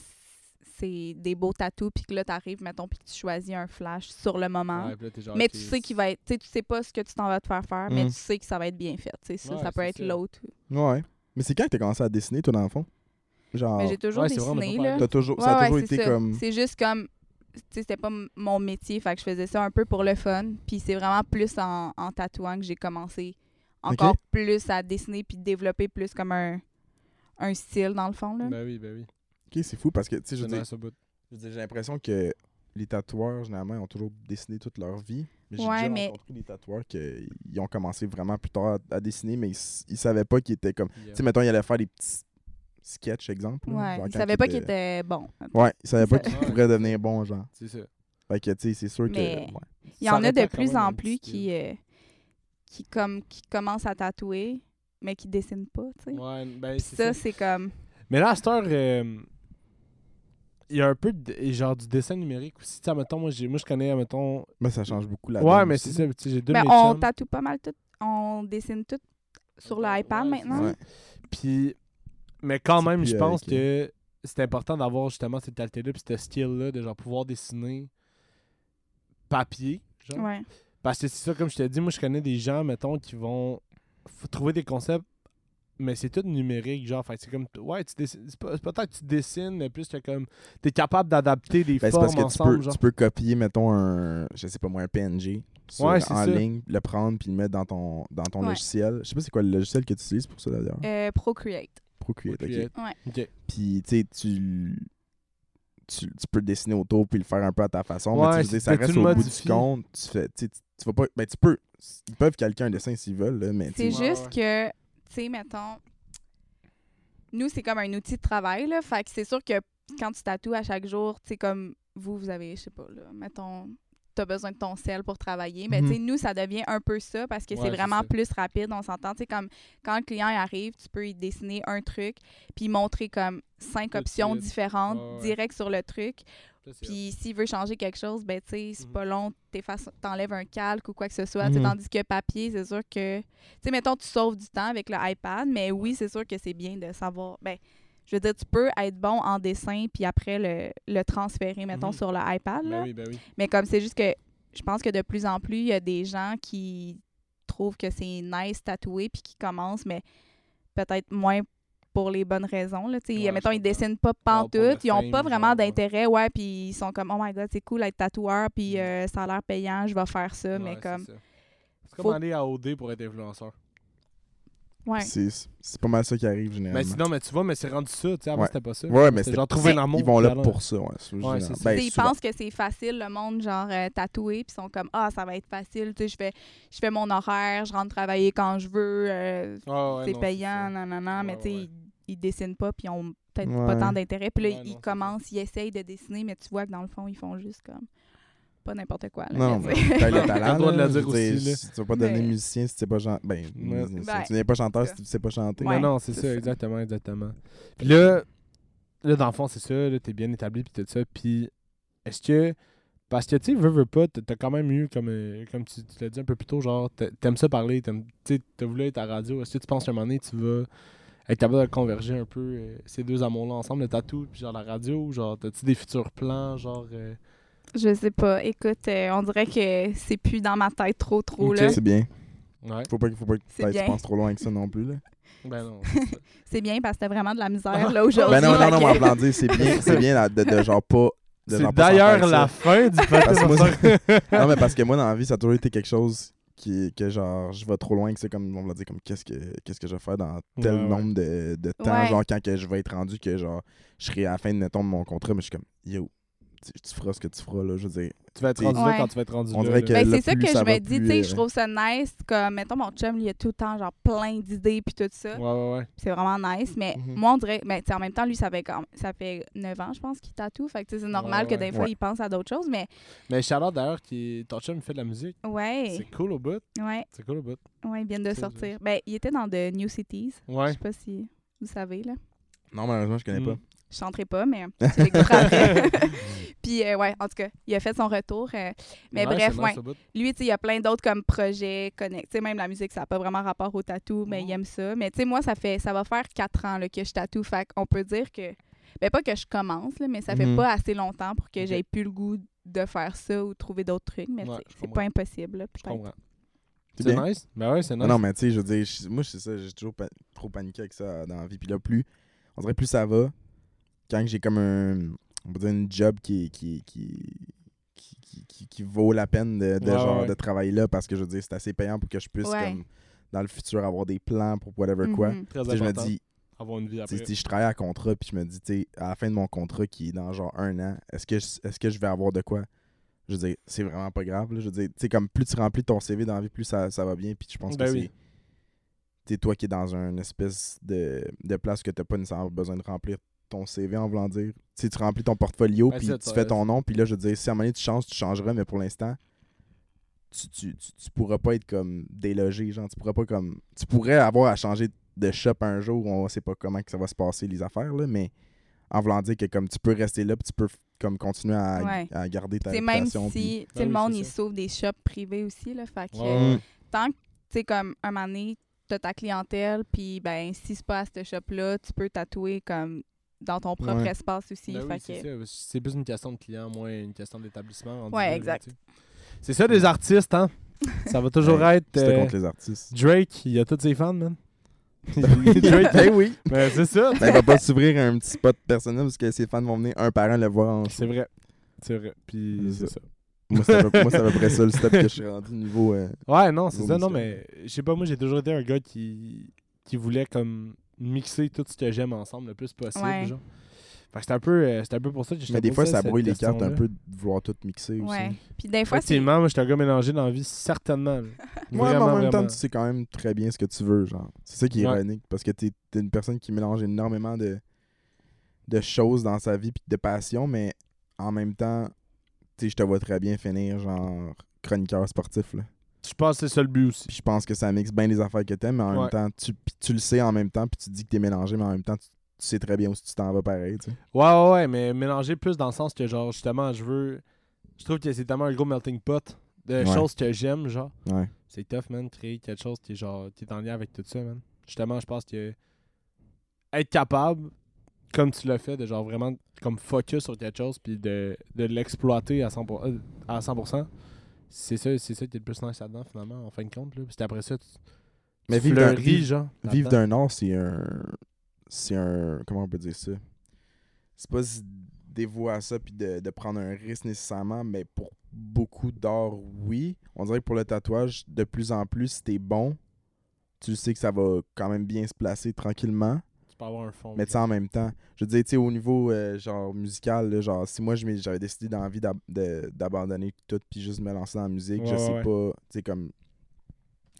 C: c'est des beaux tatous puis que là tu arrives mettons puis que tu choisis un flash sur le moment.
A: Ouais, puis là, t'es genre,
C: Mais
A: ok,
C: tu sais qu'il va être tu sais, tu sais pas ce que tu t'en vas te faire faire mais
B: Mhm.
C: tu sais que ça va être bien fait, tu sais ça,
A: Ouais,
C: ça peut
A: c'est
C: être
A: ça.
C: l'autre.
B: Ouais. Mais c'est quand que t'as commencé à dessiner, toi, dans le fond? Genre.
C: Mais Ben, j'ai toujours
A: Ouais, c'est vraiment
C: dessiné
A: pas
C: là.
A: pareil.
B: T'as toujours,
C: Ouais,
B: ça a
C: ouais,
B: toujours
C: c'est
B: été
C: ça.
B: comme.
C: C'est juste comme. Tu sais, c'était pas m- mon métier, fait que je faisais ça un peu pour le fun. Puis c'est vraiment plus en, en tatouant que j'ai commencé encore
B: Ok.
C: plus à dessiner puis développer plus comme un, un style dans le fond. Là.
A: Ben oui, ben oui.
B: Ok, c'est fou parce que, tu sais, je
A: C'est
B: veux dire,
A: nice au bout.
B: je veux dire, j'ai l'impression que les tatoueurs, généralement, ils ont toujours dessiné toute leur vie. Mais j'ai
C: Ouais,
B: déjà
C: mais-
B: rencontré des tatoueurs qu'ils ont commencé vraiment plus tard à, à dessiner, mais ils, s- ils savaient pas qu'ils étaient comme.
A: Yeah.
B: Tu sais, mettons, ils allaient faire des petits sketchs,
A: hmm,
B: exemple. là,
C: Ouais,
B: genre
C: ils
B: quand
C: savaient pas qu'il était bon.
B: Ouais, ils savaient
C: *laughs*
B: pas
C: Ils
B: qu'ils
A: savaient-
B: pourraient devenir bons, genre.
A: C'est ça.
B: Fait que, tu sais, c'est sûr
C: Mais-
B: que. ouais.
C: Il y
A: Ça
C: en a
A: répond
C: de
A: quand
C: plus
A: même à
C: en
A: un
C: plus
A: petit
C: qui, euh, qui, comme, qui commencent à tatouer, mais qui dessinent pas, tu sais.
A: Ouais, ben
C: Puis
A: c'est ça.
C: ça, c'est comme.
A: Mais là, à cette heure, euh, il y a un peu de- genre du dessin numérique aussi. Tu sais, mettons, moi, j'ai- moi, je connais, mettons.
B: Mais ça change beaucoup la
A: Ouais,
B: donne
A: mais
B: aussi,
A: c'est ça. tu sais, J'ai deux
C: Ben,
A: de mes
C: on
A: chums.
C: tatoue pas mal tout. On dessine tout sur
A: Ouais,
C: l'iPad
A: c'est
C: maintenant.
A: ça.
B: Ouais.
A: Puis, mais quand
B: C'est
A: même,
B: plus,
A: je
B: euh,
A: pense
B: ok.
A: que c'est important d'avoir justement cette qualité-là, puis ce skill-là, de genre pouvoir dessiner papier. Genre.
C: Ouais.
A: Parce que c'est ça, comme je t'ai dit, moi, je connais des gens, mettons, qui vont f- trouver des concepts, mais c'est tout numérique, genre. Fait que c'est comme, ouais, tu dessines, c'est pas- c'est peut-être que tu dessines, mais plus que comme, t'es capable d'adapter des
B: Ben, c'est
A: formes
B: parce que
A: ensemble,
B: tu, peux,
A: genre.
B: tu peux copier, mettons, un, je sais pas moi, un PNG sur-
A: Ouais,
B: en
A: c'est ça.
B: ligne, le prendre puis le mettre dans ton, dans ton
C: Ouais.
B: logiciel. Je sais pas c'est quoi le logiciel que tu utilises pour ça d'ailleurs.
C: Euh, Procreate.
B: Procreate, ok.
A: Procreate.
C: Ouais.
A: Ok.
B: Puis tu sais, tu, l- tu, tu peux le dessiner autour puis le faire un peu à ta façon.
A: Ouais,
B: mais tu veux dire,
A: c'est-
B: ça
A: mais tu
B: reste
A: le
B: au bout du
A: modifies.
B: compte. Tu fais, tu, sais, tu- tu vas pas, ben tu peux. Ils peuvent calquer un dessin s'ils veulent, là, mais tu
C: C'est
B: sais,
A: Ouais,
C: juste que, tu sais, mettons, nous, c'est comme un outil de travail, là. Fait que c'est sûr que quand tu tatoues à chaque jour, tu sais, comme vous, vous avez, je sais pas, là, mettons, t'as besoin de ton sel pour travailler. Mais,
B: Mhm.
C: tu sais, nous, ça devient un peu ça parce que
A: Ouais,
C: c'est
A: c'est
C: vraiment
A: ça.
C: plus rapide. On s'entend, tu sais, comme quand le client il arrive, tu peux y dessiner un truc puis montrer comme cinq
A: Tout de
C: options
A: suite.
C: différentes
A: Ouais, ouais.
C: direct sur le truc.
A: Ça, c'est hot.
C: Puis s'il veut changer quelque chose, ben tu sais, c'est
A: Mhm.
C: pas long, t'effaces- t'enlèves un calque ou quoi que ce soit. tu sais,
B: Mhm.
C: Tandis que papier, c'est sûr que. Tu sais, mettons, tu sauves du temps avec le iPad, mais oui, c'est sûr que c'est bien de savoir. Ben, je veux dire, tu peux être bon en dessin, puis après le, le transférer, mettons,
A: Mhm.
C: sur le iPad. là.
A: Ben oui, ben oui.
C: Mais comme c'est juste que je pense que de plus en plus, il y a des gens qui trouvent que c'est nice tatouer, puis qui commencent, mais peut-être moins pour les bonnes raisons. Là. T'sais,
A: Ouais,
C: mettons,
A: je
C: ils
A: comprends.
C: dessinent pas
A: pour le
C: pantoute, ils ont
A: fame,
C: pas
A: genre,
C: vraiment
A: ouais.
C: d'intérêt, ouais, puis ils sont comme, oh my god, c'est cool d'être tatoueur, puis
A: Mm.
C: euh, ça a l'air payant, je vais faire ça, mais
A: Ouais,
C: comme,
A: C'est ça. C'est comme
C: Faut-
A: aller à OD pour être influenceur.
C: ouais.
B: C'est c'est pas mal ça qui arrive généralement.
A: Mais sinon, mais tu vois, mais Ben, c'est rendu ça, tu sais, avant
B: Ouais.
A: c'était pas ça.
B: ouais, mais
A: C'était
B: c'est
A: genre trouver
C: C'est-
A: l'amour.
B: Ils vont là
A: finalement.
B: pour ça, ouais. c'est
A: Ouais,
B: général.
A: c'est ça.
B: Ben,
C: Tu sais, ils
B: souvent.
C: pensent que c'est facile, le monde, genre euh, tatoué, puis ils sont comme, ah, ça va être facile, tu sais, je fais, je fais mon horaire, je rentre travailler quand je veux, euh,
A: Ah, ouais, non,
C: c'est
A: ça.
C: payant, non, non, non, mais
A: Ouais,
C: tu sais,
A: ouais, ouais.
C: ils, ils dessinent pas, puis ils ont peut-être
B: Ouais.
C: pas tant d'intérêt. Puis là,
A: Ouais, non,
C: ils
A: c'est
C: commencent, ils essayent de dessiner, mais tu vois que dans le fond, ils font juste comme pas n'importe quoi. là,
B: Non,
C: mais
B: mais
C: tu sais.
B: t'as le
A: *laughs* T'as le droit
B: talent.
A: de
B: là,
A: le
B: je
A: dire
B: veux dire,
A: aussi, là.
B: si Tu vas pas donner
C: Mais-
B: musicien si tu sais pas chanter. Ben, musicien,
C: Ben,
B: tu n'es pas chanteur si
C: c'est
B: tu sais pas chanter.
A: Non,
C: Ouais,
A: non, c'est
C: c'est
A: ça,
C: ça.
A: exactement, exactement. Puis là, là, dans le fond, c'est ça, là, t'es bien établi, puis tout ça. Puis est-ce que. Parce que, tu sais, veux, veux pas, t'as t'as quand même eu, comme, euh, comme tu, tu l'as dit un peu plus tôt, genre, t'a- t'aimes ça parler, t'aimes- tu sais, t'as voulu être à la radio. Est-ce que tu penses qu'à un moment donné, tu vas être capable de converger un peu euh, ces deux amours-là ensemble, le tatou, puis genre la radio, ou genre, t'as-tu des futurs plans, genre. euh,
C: *laughs* Je sais pas. Écoute, euh, on dirait que c'est plus dans ma tête trop, trop,
A: Ok.
C: là.
B: C'est bien.
A: Ouais.
B: Faut pas, faut pas que
C: C'est
B: t'ailles- tu
C: bien.
B: penses trop loin avec ça non plus. Là.
A: Ben non.
C: C'est bien parce que t'as vraiment de la misère, là, aujourd'hui.
B: Ben non, non, non, mais
C: fait
B: en plan dire, c'est bien, c'est bien là, de, de genre pas. *laughs* de genre
A: C'est
B: pas
A: d'ailleurs
B: s'entendre
A: la fin du
B: Parce que
A: *laughs*
B: moi,
A: podcast.
B: ça. Non, mais parce que moi, dans la vie, ça a toujours été quelque chose qui, que genre, je vais trop loin, que c'est comme, on va dire, comme, qu'est-ce que, qu'est-ce que je vais faire dans tel
A: Ouais, ouais.
B: nombre de, de temps,
C: Ouais.
B: genre, quand que je vais être rendu, que genre, je serai à la fin de mettons, de mon contrat, mais je suis comme, yo, tu, tu feras ce que tu feras, là, je veux dire.
A: tu vas être rendu là
C: Ouais.
A: quand tu vas être rendu
B: On
A: là.
B: dirait
A: là.
B: que-
C: *laughs* Ben,
B: le
C: c'est ça
B: plus
C: que
B: ça
C: je
B: va,
C: me dis,
B: plus,
C: tu sais,
B: euh,
C: je trouve ça nice, comme, mettons, mon chum, il a tout le temps, genre, plein d'idées, puis tout ça.
A: Ouais, ouais, ouais.
C: C'est vraiment nice, mais
B: Mhm.
C: moi, on dirait, ben, tu sais, en même temps, lui, ça fait, comme, ça fait 9 ans, je pense, qu'il tatoue, fait que, tu sais, c'est normal
A: ouais.
C: que des fois,
B: Ouais.
C: il pense à d'autres choses, mais,
A: Mais Charlotte, d'ailleurs, qui ton chum fait de la musique.
C: ouais,
A: C'est cool au bout.
C: ouais,
A: C'est cool au bout.
C: ouais, il vient de
A: C'est
C: sortir. Ben, il était dans The New Cities, je
A: Ouais.
C: sais pas si vous savez, là.
B: Non, malheureusement, je connais
A: Mm.
B: pas.
C: Je chanterai
A: *laughs*
C: pas, mais je l'écouterai après. Puis, euh, ouais, en tout cas, il a fait son retour. euh, mais
A: Ouais,
C: bref,
A: c'est
C: ouais.
A: nice au bout.
C: Lui, tu sais, il y a plein d'autres comme projets connectés. Tu sais, Même la musique, ça n'a pas vraiment rapport au tatou, mais
A: Mhm.
C: il aime ça. Mais tu sais, moi, ça fait ça va faire quatre ans là, que je tatoue. Fait qu'on peut dire que. Ben, pas que je commence, là, mais ça fait
B: Mhm.
C: pas assez longtemps pour que
A: Ok.
C: j'aie plus le goût de faire ça ou trouver d'autres trucs. Mais tu
A: Ouais,
C: sais,
A: je
C: c'est
A: comprends.
C: pas impossible. là,
A: Je
C: peut-être.
A: comprends.
B: C'est
A: C'est
B: bien.
A: nice. Ben ouais, c'est nice.
B: Non, mais tu sais, je veux dire, je- moi, c'est ça, j'ai toujours pa- trop paniqué avec ça euh, dans la vie. Puis là, plus, on dirait plus ça va, quand j'ai comme un, on peut dire, une job qui, qui, qui, qui, qui, qui- qui vaut la peine de, de
A: Ouais,
B: genre,
A: ouais.
B: de travailler là, parce que je veux dire, c'est assez payant pour que je puisse,
C: Ouais.
B: comme, dans le futur, avoir des plans pour whatever quoi.
C: Mhm.
A: Très
B: Tu sais, je me
A: important.
B: dis,
A: Avoir une vie
B: tu
A: après.
B: sais, si je travaille à contrat, puis je me dis, tu sais, à la fin de mon contrat qui est dans genre un an, est-ce que, je- est-ce que je vais avoir de quoi? Je veux dire, c'est vraiment pas grave. là. Je veux dire, tu sais, comme plus tu remplis ton CV dans la vie, plus ça, ça va bien. Puis je pense
A: Ben
B: que
A: oui.
B: c'est. Tu sais, toi qui es dans une espèce de, de place que t'as pas nécessairement besoin de remplir ton CV en voulant dire. Tu sais, tu remplis ton portfolio,
A: Ben,
B: puis
A: c'est
B: tu
A: ça,
B: fais
A: t'as-
B: ton nom, puis là, je veux dire, si à un moment donné tu changes, tu changeras, mais pour l'instant, tu, tu, tu, tu pourras pas être comme délogé, genre, tu pourras pas comme. Tu pourrais avoir à changer de shop un jour, on sait pas comment que ça va se passer les affaires, là, mais en voulant dire que comme tu peux rester là, puis tu peux f- comme continuer à,
C: Ouais.
B: à garder ta
C: Tu sais, même
B: réputation,
C: si
B: puis-
C: tu sais, le
A: Ben oui,
C: monde,
A: c'est
C: il
A: ça.
C: s'ouvre des shops privés aussi. Là, fait que,
A: Ouais,
C: euh,
A: ouais.
C: tant que, tu sais, comme, un moment donné, t'as ta clientèle, puis, ben, si c'est pas à ce shop-là, tu peux tatouer, comme, dans ton propre
B: Ouais.
C: espace aussi.
A: Ben oui, c'est
C: fait que-
A: ça. C'est plus une question de client, moins une question d'établissement. rendu
C: Ouais,
A: là,
C: exact.
A: tu sais. C'est ça, les artistes,
B: *laughs*
A: hein. Ça va toujours
B: Ouais,
A: être.
B: C'était
A: euh,
B: contre les
A: *laughs*
B: artistes.
A: Drake, il a tous ses fans,
B: *laughs*
A: man.
B: ben oui!
A: Ben, c'est ça.
B: Ben, il va pas s'ouvrir un petit spot personnel parce que ses fans vont venir un par un le voir en show.
A: C'est vrai. C'est vrai. Puis,
B: C'est
A: c'est ça.
B: Moi, c'est à peu- moi, c'est à peu près ça le step que je suis rendu niveau. euh,
A: Ouais, non, c'est
B: Gros
A: ça. Non, mais
B: mystère.
A: je sais pas, moi, j'ai toujours été un gars qui, qui voulait comme mixer tout ce que j'aime ensemble le plus possible.
C: Ouais.
A: Genre. Fait que c'est un, peu, euh, c'est un peu pour ça que je
B: Mais des fois, ça brouille les cartes un peu de vouloir tout mixer aussi.
C: Ouais. Puis des fois, c'est.
A: Effectivement, moi, j'étais un gars mélangé dans la vie, certainement. là.
B: Ouais, mais
A: Vraiment,
B: en même temps,
A: vraiment.
B: tu sais quand même très bien ce que tu veux, genre. C'est ça qui est
A: Ouais.
B: ironique, parce que t'es t'es une personne qui mélange énormément de, de choses dans sa vie puis de passions, mais en même temps, tu sais, je te vois très bien finir, genre, chroniqueur sportif, là.
A: Je pense que c'est ça le but aussi.
B: Puis je pense que ça mixe bien les affaires que t'aimes, mais en
A: Ouais.
B: même temps, tu, puis tu le sais en même temps, puis tu dis que t'es mélangé, mais en même temps, tu, tu sais très bien où tu t'en vas pareil, tu sais.
A: Ouais, ouais, ouais, mais mélanger plus dans le sens que, genre, justement, je veux. Je trouve que c'est tellement un gros melting pot de
B: Ouais.
A: choses que j'aime, genre.
B: Ouais.
A: C'est tough, man, créer quelque chose qui est, genre, qui est en lien avec tout ça, man. Justement, je pense que être capable, comme tu l'as fait, de genre vraiment comme focus sur quelque chose puis de, de l'exploiter à 100%, euh, à 100% c'est ça, c'est ça qui est le plus nice là-dedans, finalement, en fin de compte. Là. Puis après ça, tu,
B: Mais
A: tu
B: vivre d'un-
A: fleuris,
B: vivre-
A: genre.
B: Vivre
A: là-dedans.
B: d'un art, c'est un. c'est un. Comment on peut dire ça C'est pas se dévouer à ça puis de, de prendre un risque nécessairement, mais pour beaucoup d'art, oui. On dirait que pour le tatouage, de plus en plus, si t'es bon, tu sais que ça va quand même bien se placer tranquillement.
A: Tu peux avoir un fond.
B: Mais tu sais, en même temps, je veux dire, tu sais, au niveau euh, genre musical, là, genre, si moi je m'ai- j'avais décidé dans la vie d'ab- de- d'abandonner tout puis juste me lancer dans la musique, je
A: Ouais,
B: sais
A: ouais,
B: pas, tu sais, comme,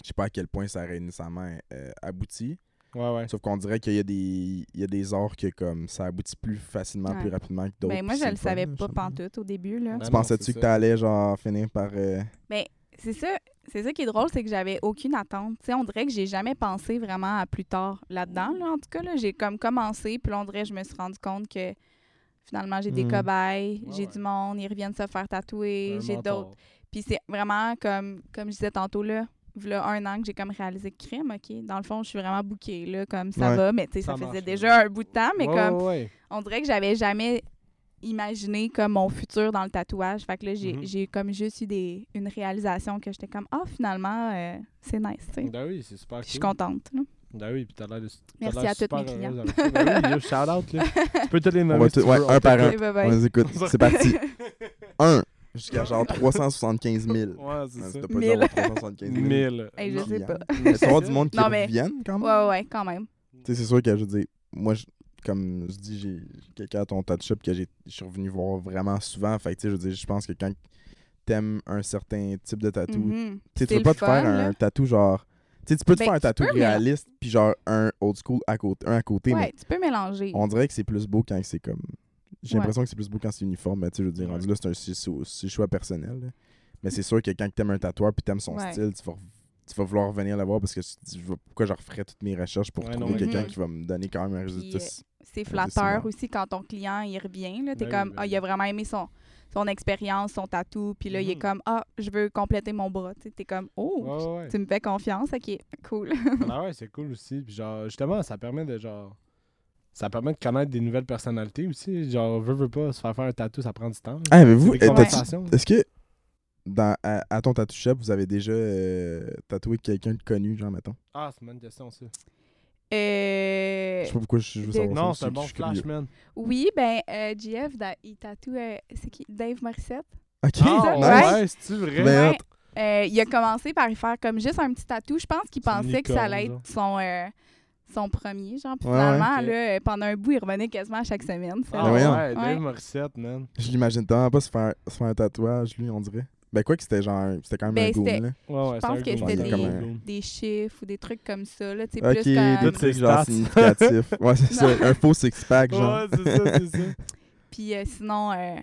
B: je sais pas à quel point ça aurait nécessairement euh, abouti.
A: Ouais, ouais.
B: Sauf qu'on dirait qu'il y, a des- il y a des arts que, comme, ça aboutit plus facilement,
C: Ouais.
B: plus rapidement que d'autres.
C: Ben, moi,
B: puis
C: je
B: c'est
C: le
B: fun,
C: savais
B: là,
C: pas
B: je-
C: pantoute au début, là.
A: Ben
B: Tu
A: non,
B: pensais-tu
A: c'est
B: que
A: ça.
B: t'allais, genre, finir par. euh,
C: C'est ça, c'est ça qui est drôle, c'est que j'avais aucune attente. Tu sais, on dirait que j'ai jamais pensé vraiment à plus tard là-dedans.
A: Mm.
C: Là, en tout cas, là, j'ai comme commencé, puis là, on dirait que je me suis rendu compte que finalement, j'ai des
B: Mhm.
C: cobayes,
A: Ouais,
C: j'ai
A: ouais.
C: du monde, ils reviennent se faire tatouer,
A: Un
C: j'ai
A: mentor.
C: d'autres. Puis c'est vraiment comme, comme je disais tantôt, là, v'là un an que j'ai comme réalisé que crime, OK. Dans le fond, je suis vraiment bouquée, là, comme ça
B: Ouais.
C: va, mais tu sais,
A: Ça
C: ça, faisait
A: marche,
C: déjà un bout de temps, Ah, mais
A: Ouais,
C: comme
A: ouais, ouais.
C: on dirait que j'avais jamais imaginé comme mon futur dans le tatouage. Fait que là, j'ai
A: Mhm.
C: j'ai comme juste eu des, une réalisation que j'étais comme, ah, finalement, euh, c'est nice, tu sais.
A: Ben oui, c'est super.
C: Puis je suis
A: cool.
C: contente. là.
A: Ben oui, puis t'as l'air de. t'as
C: Merci
A: l'air
C: à tous
A: super
C: mes clients.
A: heureuse avec ça. Ben oui, yo, shout out,
B: *laughs*
A: là. Tu
C: *laughs*
A: peux te les nommer.
B: va
A: si
B: tout-
A: tu
B: ouais,
A: veux, on
B: un par
A: t'écoute.
B: un.
C: Et bye
B: On
C: bye.
A: *laughs*
B: les écoute,
A: On s'en-
B: c'est parti. 1 jusqu'à genre 375 000.
A: Ouais, c'est
B: Ouais,
A: ça.
B: t'as pas
C: Mille.
B: genre 375 000.
A: Mille.
C: Hey, je
A: Non.
C: sais pas.
B: Mais c'est
C: *laughs*
B: avoir du monde qui
C: Non, mais-
B: revienne quand même.
C: Ouais, ouais, ouais, quand même.
B: Tu sais, c'est sûr que je dis, moi, je- comme je dis, j'ai j'ai quelqu'un à ton touch shop que j'ai- je suis revenu voir vraiment souvent. Fait que, tu sais, je dis, je pense que quand t'aimes un certain type de tatou,
C: Mhm.
B: tu sais, tu
C: C'est
B: peux pas
C: le
B: te
C: fun,
B: faire un
C: là.
B: tatou genre. Tu sais, tu peux te
C: Ben,
B: faire un
C: tu
B: tatou
C: peux, mais-
B: réaliste, puis genre un old school à côté, un à côté, mais
C: Ouais, tu peux mélanger.
B: on dirait que c'est plus beau quand c'est comme. J'ai
C: Ouais.
B: l'impression que c'est plus beau quand c'est uniforme, mais tu sais, je veux dire,
A: Ouais.
B: rendu là, c'est un c'est- c'est- c'est choix personnel. là. Mais c'est sûr que quand t'aimes un tatoueur puis t'aimes son
C: Ouais.
B: style, tu vas, rev- tu vas vouloir revenir le voir parce que tu te dis, je vais- pourquoi je referais toutes mes recherches pour
A: Ouais,
B: trouver
A: non,
B: quelqu'un
C: exact.
B: qui va me donner quand même un résultat.
C: Mhm. Puis, euh,
B: si-
C: C'est
B: c'est
C: flatteur
B: bon.
C: aussi quand ton client, il revient. Là,
A: Ben
C: t'es
A: oui,
C: comme,
A: ben
C: ah, il a vraiment aimé son, son expérience, son tatou. Puis là, il est
A: Mhm.
C: comme, ah, je veux compléter mon bras. Tu sais, t'es comme, oh,
A: Ouais, ouais, ouais.
C: tu me fais confiance. OK, cool.
A: Ah ouais, c'est cool aussi. Puis genre, justement, ça permet de genre. Ça permet de connaître des nouvelles personnalités aussi. Genre, veut, veut pas se faire faire un tatou, ça prend du temps.
B: Ah, mais vous,
A: C'est des
B: euh, t'as-tu-
A: conversations.
B: est-ce que dans, à, à ton tatou shop, vous avez déjà euh, tatoué quelqu'un de connu, genre, mettons
A: Ah, c'est une bonne question, ça.
C: Euh,
B: Je sais pas pourquoi je je veux
C: de-
B: savoir.
A: Non,
B: ça,
A: c'est un
B: que
A: bon
B: je suis
A: flash,
B: curieux.
C: *laughs*
A: man.
C: Oui, ben, euh, GF, da- il tatoue, euh, c'est qui? Dave Morissette.
B: Ok,
A: Ah,
B: nice.
C: right?
A: ouais, c'est-tu vrai?
B: Ben,
C: Ouais. Euh, il a commencé par y faire comme juste un petit tatou. Je pense qu'il
A: C'est une
C: pensait que ça allait
A: licorne,
C: être son, euh, son premier, genre. Puis
B: Ouais,
C: finalement,
A: ouais, ok.
C: là, euh, pendant un bout, il revenait quasiment chaque semaine.
A: Ah,
B: Ben
C: ouais.
B: voyons.
A: ouais, Dave
C: Ouais.
A: Morissette, man.
B: Je l'imagine tellement pas se faire, se faire un tatouage, lui, on dirait. Ben, quoi que c'était genre. un- C'était quand même
C: Ben,
B: un goon,
C: c'était-
A: Ouais,
B: là.
A: ouais,
C: Je pense
A: c'est un
C: que
A: gros
B: c'était
A: gars.
B: des-
A: C'est un gros gars.
C: Des chiffres ou des trucs comme ça, là. Tu sais,
B: Ok,
C: plus
B: des
C: comme...
A: Toutes
B: trucs
A: ces
B: genre
A: stats.
B: significatifs.
A: *laughs*
B: Ouais, c'est ça.
C: Non.
B: Un faux six-pack, genre.
A: Ouais, c'est ça, c'est
C: *laughs*
A: ça.
C: Puis euh, sinon, euh,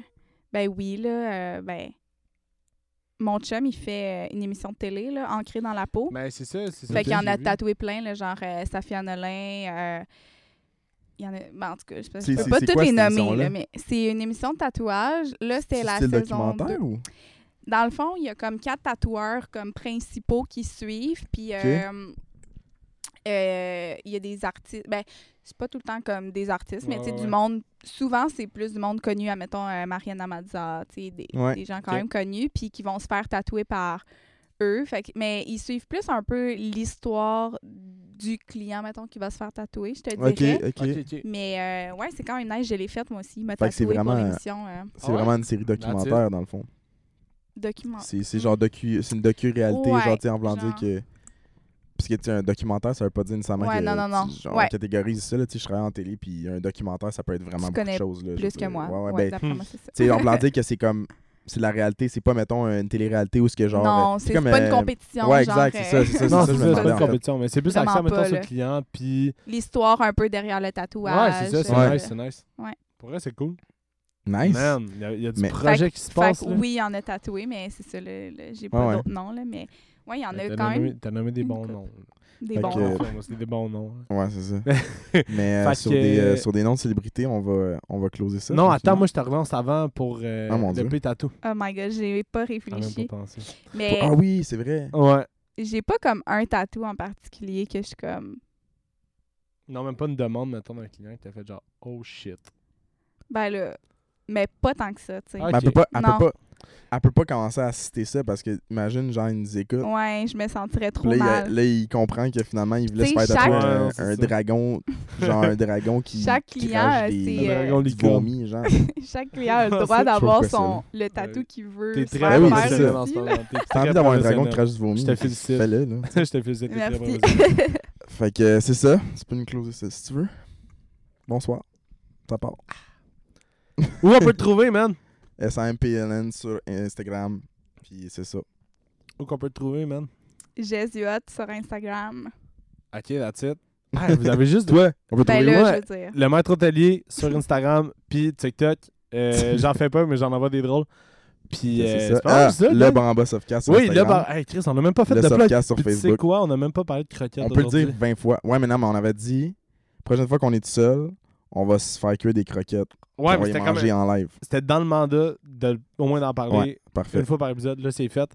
C: ben oui, là, euh, ben... Mon chum, il fait euh, une émission de télé, là, ancrée dans la peau.
A: Mais Ben, c'est ça, c'est ça.
C: Fait qu'il y en
A: j'ai
C: a
A: vu.
C: tatoué plein, là, genre euh, Safia Nolin. euh, il y en a. ben, en tout cas, je peux, je
B: C'est-
C: peux
B: c'est-
C: pas
B: c'est
C: toutes
B: quoi
C: les
B: cette
C: nommer,
B: émission-là?
C: là, mais c'est une émission de tatouage. Là, c'était
B: C'est
C: la
B: style
C: saison 2.
B: documentaire ou
C: Dans le fond, il y a comme quatre tatoueurs comme principaux qui suivent, puis euh, euh, il y a des artistes. Ben, c'est pas tout le temps comme des artistes, mais
A: Ouais,
C: tu sais,
A: ouais,
C: du
A: ouais.
C: monde. Souvent, c'est plus du monde connu, admettons euh, Marianne Amadza, tu sais, des,
B: Ouais,
C: des gens quand
A: ok.
C: même connus, puis qui vont se faire tatouer par eux. Fait que- mais ils suivent plus un peu l'histoire du client, mettons, qui va se faire tatouer, je te
B: Ok,
C: dirais.
B: ok.
A: Ok, ok.
C: Mais euh, ouais, c'est quand même nice, je l'ai faite moi aussi. Il m'a
B: Fait que c'est
C: tatoué pour
B: vraiment-
C: l'émission euh,
B: C'est
A: Ah ouais?
B: vraiment une série documentaire, dans le fond.
C: document.
B: C'est c'est genre docu. C'est une docu-réalité,
C: Ah. Ouais,
B: genre, tu sais, en voulant dire
C: genre.
B: que. Parce que, tu sais, un documentaire, ça veut pas dire nécessairement
C: Ouais,
B: que.
C: non, non, non.
B: tu- Genre,
C: Ouais.
B: on catégorise ça, là. Tu sais, je travaille en télé, puis un documentaire, ça peut être vraiment
C: Tu
B: beaucoup de
C: connais
B: choses, là. je veux
C: Plus que
B: dire.
C: moi.
B: Ouais, ouais,
C: Ouais,
B: ben,
C: d'après moi, c'est ça.
B: Tu sais, on
C: *laughs*
B: peut dire que c'est comme. C'est la réalité, c'est pas, mettons, une télé-réalité où ce que genre. euh,
C: non, c'est
B: comme,
C: pas une
B: euh,
C: compétition.
B: Ouais,
C: genre,
B: exact, c'est ça,
C: euh,
B: c'est ça, c'est
A: Non,
B: ça,
A: c'est
B: je me
A: ça, c'est
B: demandais,
A: pas
B: en
A: une
B: fait.
A: compétition, mais c'est plus
C: Vraiment
A: axé, mettons,
C: pas,
A: sur le
C: là.
A: client, puis...
C: L'histoire un peu derrière le
A: Ouais,
C: tatouage.
A: c'est ça, c'est
C: euh,
A: nice, c'est nice.
C: Ouais.
A: Pour vrai, c'est cool.
B: Nice.
A: Man, il y a- il y, a du
B: Mais-
A: projet qui se
C: Fait
A: passe,
C: que
A: là.
C: oui, il y en a tatoué, mais c'est ça, le, le- j'ai
B: Ouais,
C: pas
B: ouais.
C: d'autres noms, là, mais ouais, il y en
A: Mais
C: a
A: t'as
C: quand
A: nommé-
C: même
A: T'as nommé des
C: une
A: bons
C: couple.
A: noms.
C: des
B: Fait
C: bons
B: que-
C: noms.
A: Enfin, C'est des bons noms. hein.
B: Ouais, c'est ça.
A: *laughs*
B: Mais euh,
A: Fait
B: sur,
A: que-
B: des, euh, sur des noms de célébrités, on va, on va closer ça.
A: Non,
B: tranquillement.
A: attends, moi, je te relance avant pour euh,
B: Ah, mon
A: le
B: Dieu.
A: P tatou.
C: Oh my god, j'ai pas
A: T'as Ah, même
C: réfléchi.
A: pas pensé.
C: Mais
B: Ah oui, c'est vrai.
A: Ouais.
C: j'ai pas comme un tatou en particulier que je suis comme.
A: Non, même pas une demande, mettons, d'un client qui t'a fait genre, oh shit.
C: Ben là, mais pas tant que ça, tu sais.
A: Ah,
B: Mais elle peut
A: Ok.
B: pas, elle
C: Non.
B: peut pas, elle peut pas commencer à citer ça parce que, imagine, genre, il nous écoute.
C: Ouais, je me sentirais trop
B: Là il, a-
C: mal.
B: là, il comprend que finalement, il voulait se
C: Tu sais,
B: faire tatouer
A: chaque-
B: un,
A: Ouais, c'est
B: un
A: ça.
B: dragon, genre un dragon qui.
C: Chaque
B: qui
C: client
B: crache
C: a
B: des-
C: ses,
A: Le
C: euh,
A: dragon
B: qui
A: licorne.
B: vomit, genre.
C: *laughs* Chaque client a
A: *laughs*
C: le
A: Ah,
C: droit
A: ça,
B: je trouve
C: d'avoir
B: pas ça,
C: son le tatou qu'il veut.
A: T'es
C: se
A: très
C: faire
B: Ah oui,
C: faire
B: c'est
A: professionnel
B: ça.
A: en ce
C: aussi.
A: moment. T'es
B: T'as
A: très
B: envie d'avoir un dragon qui
A: professionnel.
B: crache du vomi.
A: Je te félicite.
B: Fais-le, là.
A: *laughs* Je te félicite. t'es très
C: Merci.
A: professionnel.
C: *laughs*
B: Fait que euh, c'est ça. Tu peux nous closer ça si tu veux. Bonsoir. Ça part.
A: Où on peut te trouver, man?
B: SAMPLN sur Instagram. Puis c'est ça.
A: Où qu'on peut te trouver, man?
C: Jésuote sur Instagram.
A: Ok, that's it. Ah, vous avez *laughs* juste... Ouais.
B: On peut
C: Ben
B: trouver
A: moi.
C: là, je veux dire.
A: Le maître hôtelier sur Instagram, puis TikTok. Euh, j'en fais pas, mais j'en envoie des drôles. Puis, euh,
B: C'est
A: c'est
B: ça.
A: pas mal,
B: Ah,
A: ça,
B: le
A: là.
B: Bamba Softcast sur
A: Oui, là,
B: Instagram.
A: bah, hey, Chris, on a même pas fait
B: Le
A: de plug.
B: Softcast sur
A: Puis Tu sais
B: Facebook.
A: quoi, on a même pas parlé de croquettes
B: On peut le
A: aujourd'hui.
B: dire 20 fois. Ouais, mais non, mais on avait dit, prochaine fois qu'on est tout seul, on va se faire cuire des croquettes.
A: Ouais,
B: on
A: mais
B: va les
A: c'était quand
B: manger
A: même-
B: en live.
A: C'était dans le mandat de, au moins d'en parler
B: Parfait.
A: une fois par épisode. Là, c'est fait.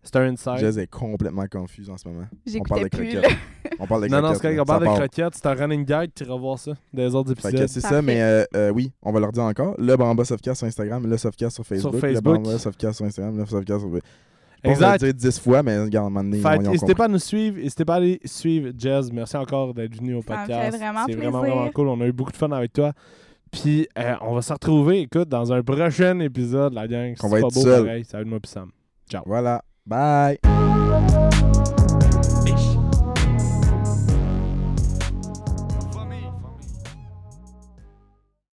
A: C'était un insight.
B: Jazz est complètement confuse en ce moment. On parle de
C: J'écoutais plus.
B: croquettes. On parle de
A: Non,
B: croquettes.
A: non, c'est quand
B: là.
A: on parle de
B: Ça part.
A: croquettes, c'est un running gag, tu revois ça dans les autres
B: Fait
A: épisodes.
B: que c'est ça,
C: Parfait.
B: mais euh, euh, oui, on va leur dire encore. Le Bamba Softcast sur Instagram, le Softcast sur Facebook, le
A: Facebook.
B: Bamba Softcast sur Instagram, le Softcast sur Facebook.
A: exact.
B: On va le dire 10 fois, mais regarde, à un moment donné,
A: Fait
B: ils ont
A: n'hésitez
B: compris.
A: pas à nous suivre, n'hésitez pas à aller suivre Jazz. Merci encore d'être venu au
C: Ça me fait
A: podcast.
C: vraiment
A: c'est
C: plaisir.
A: vraiment, vraiment cool. On a eu beaucoup de fun avec toi. Puis, euh, on va se retrouver, écoute, dans un prochain épisode, la gang.
B: Qu'on
A: C'est
B: va
A: pas
B: être
A: beau
B: seul.
A: pareil. Ça va être moi pis Sam.
B: Voilà. Bye.
C: Bye.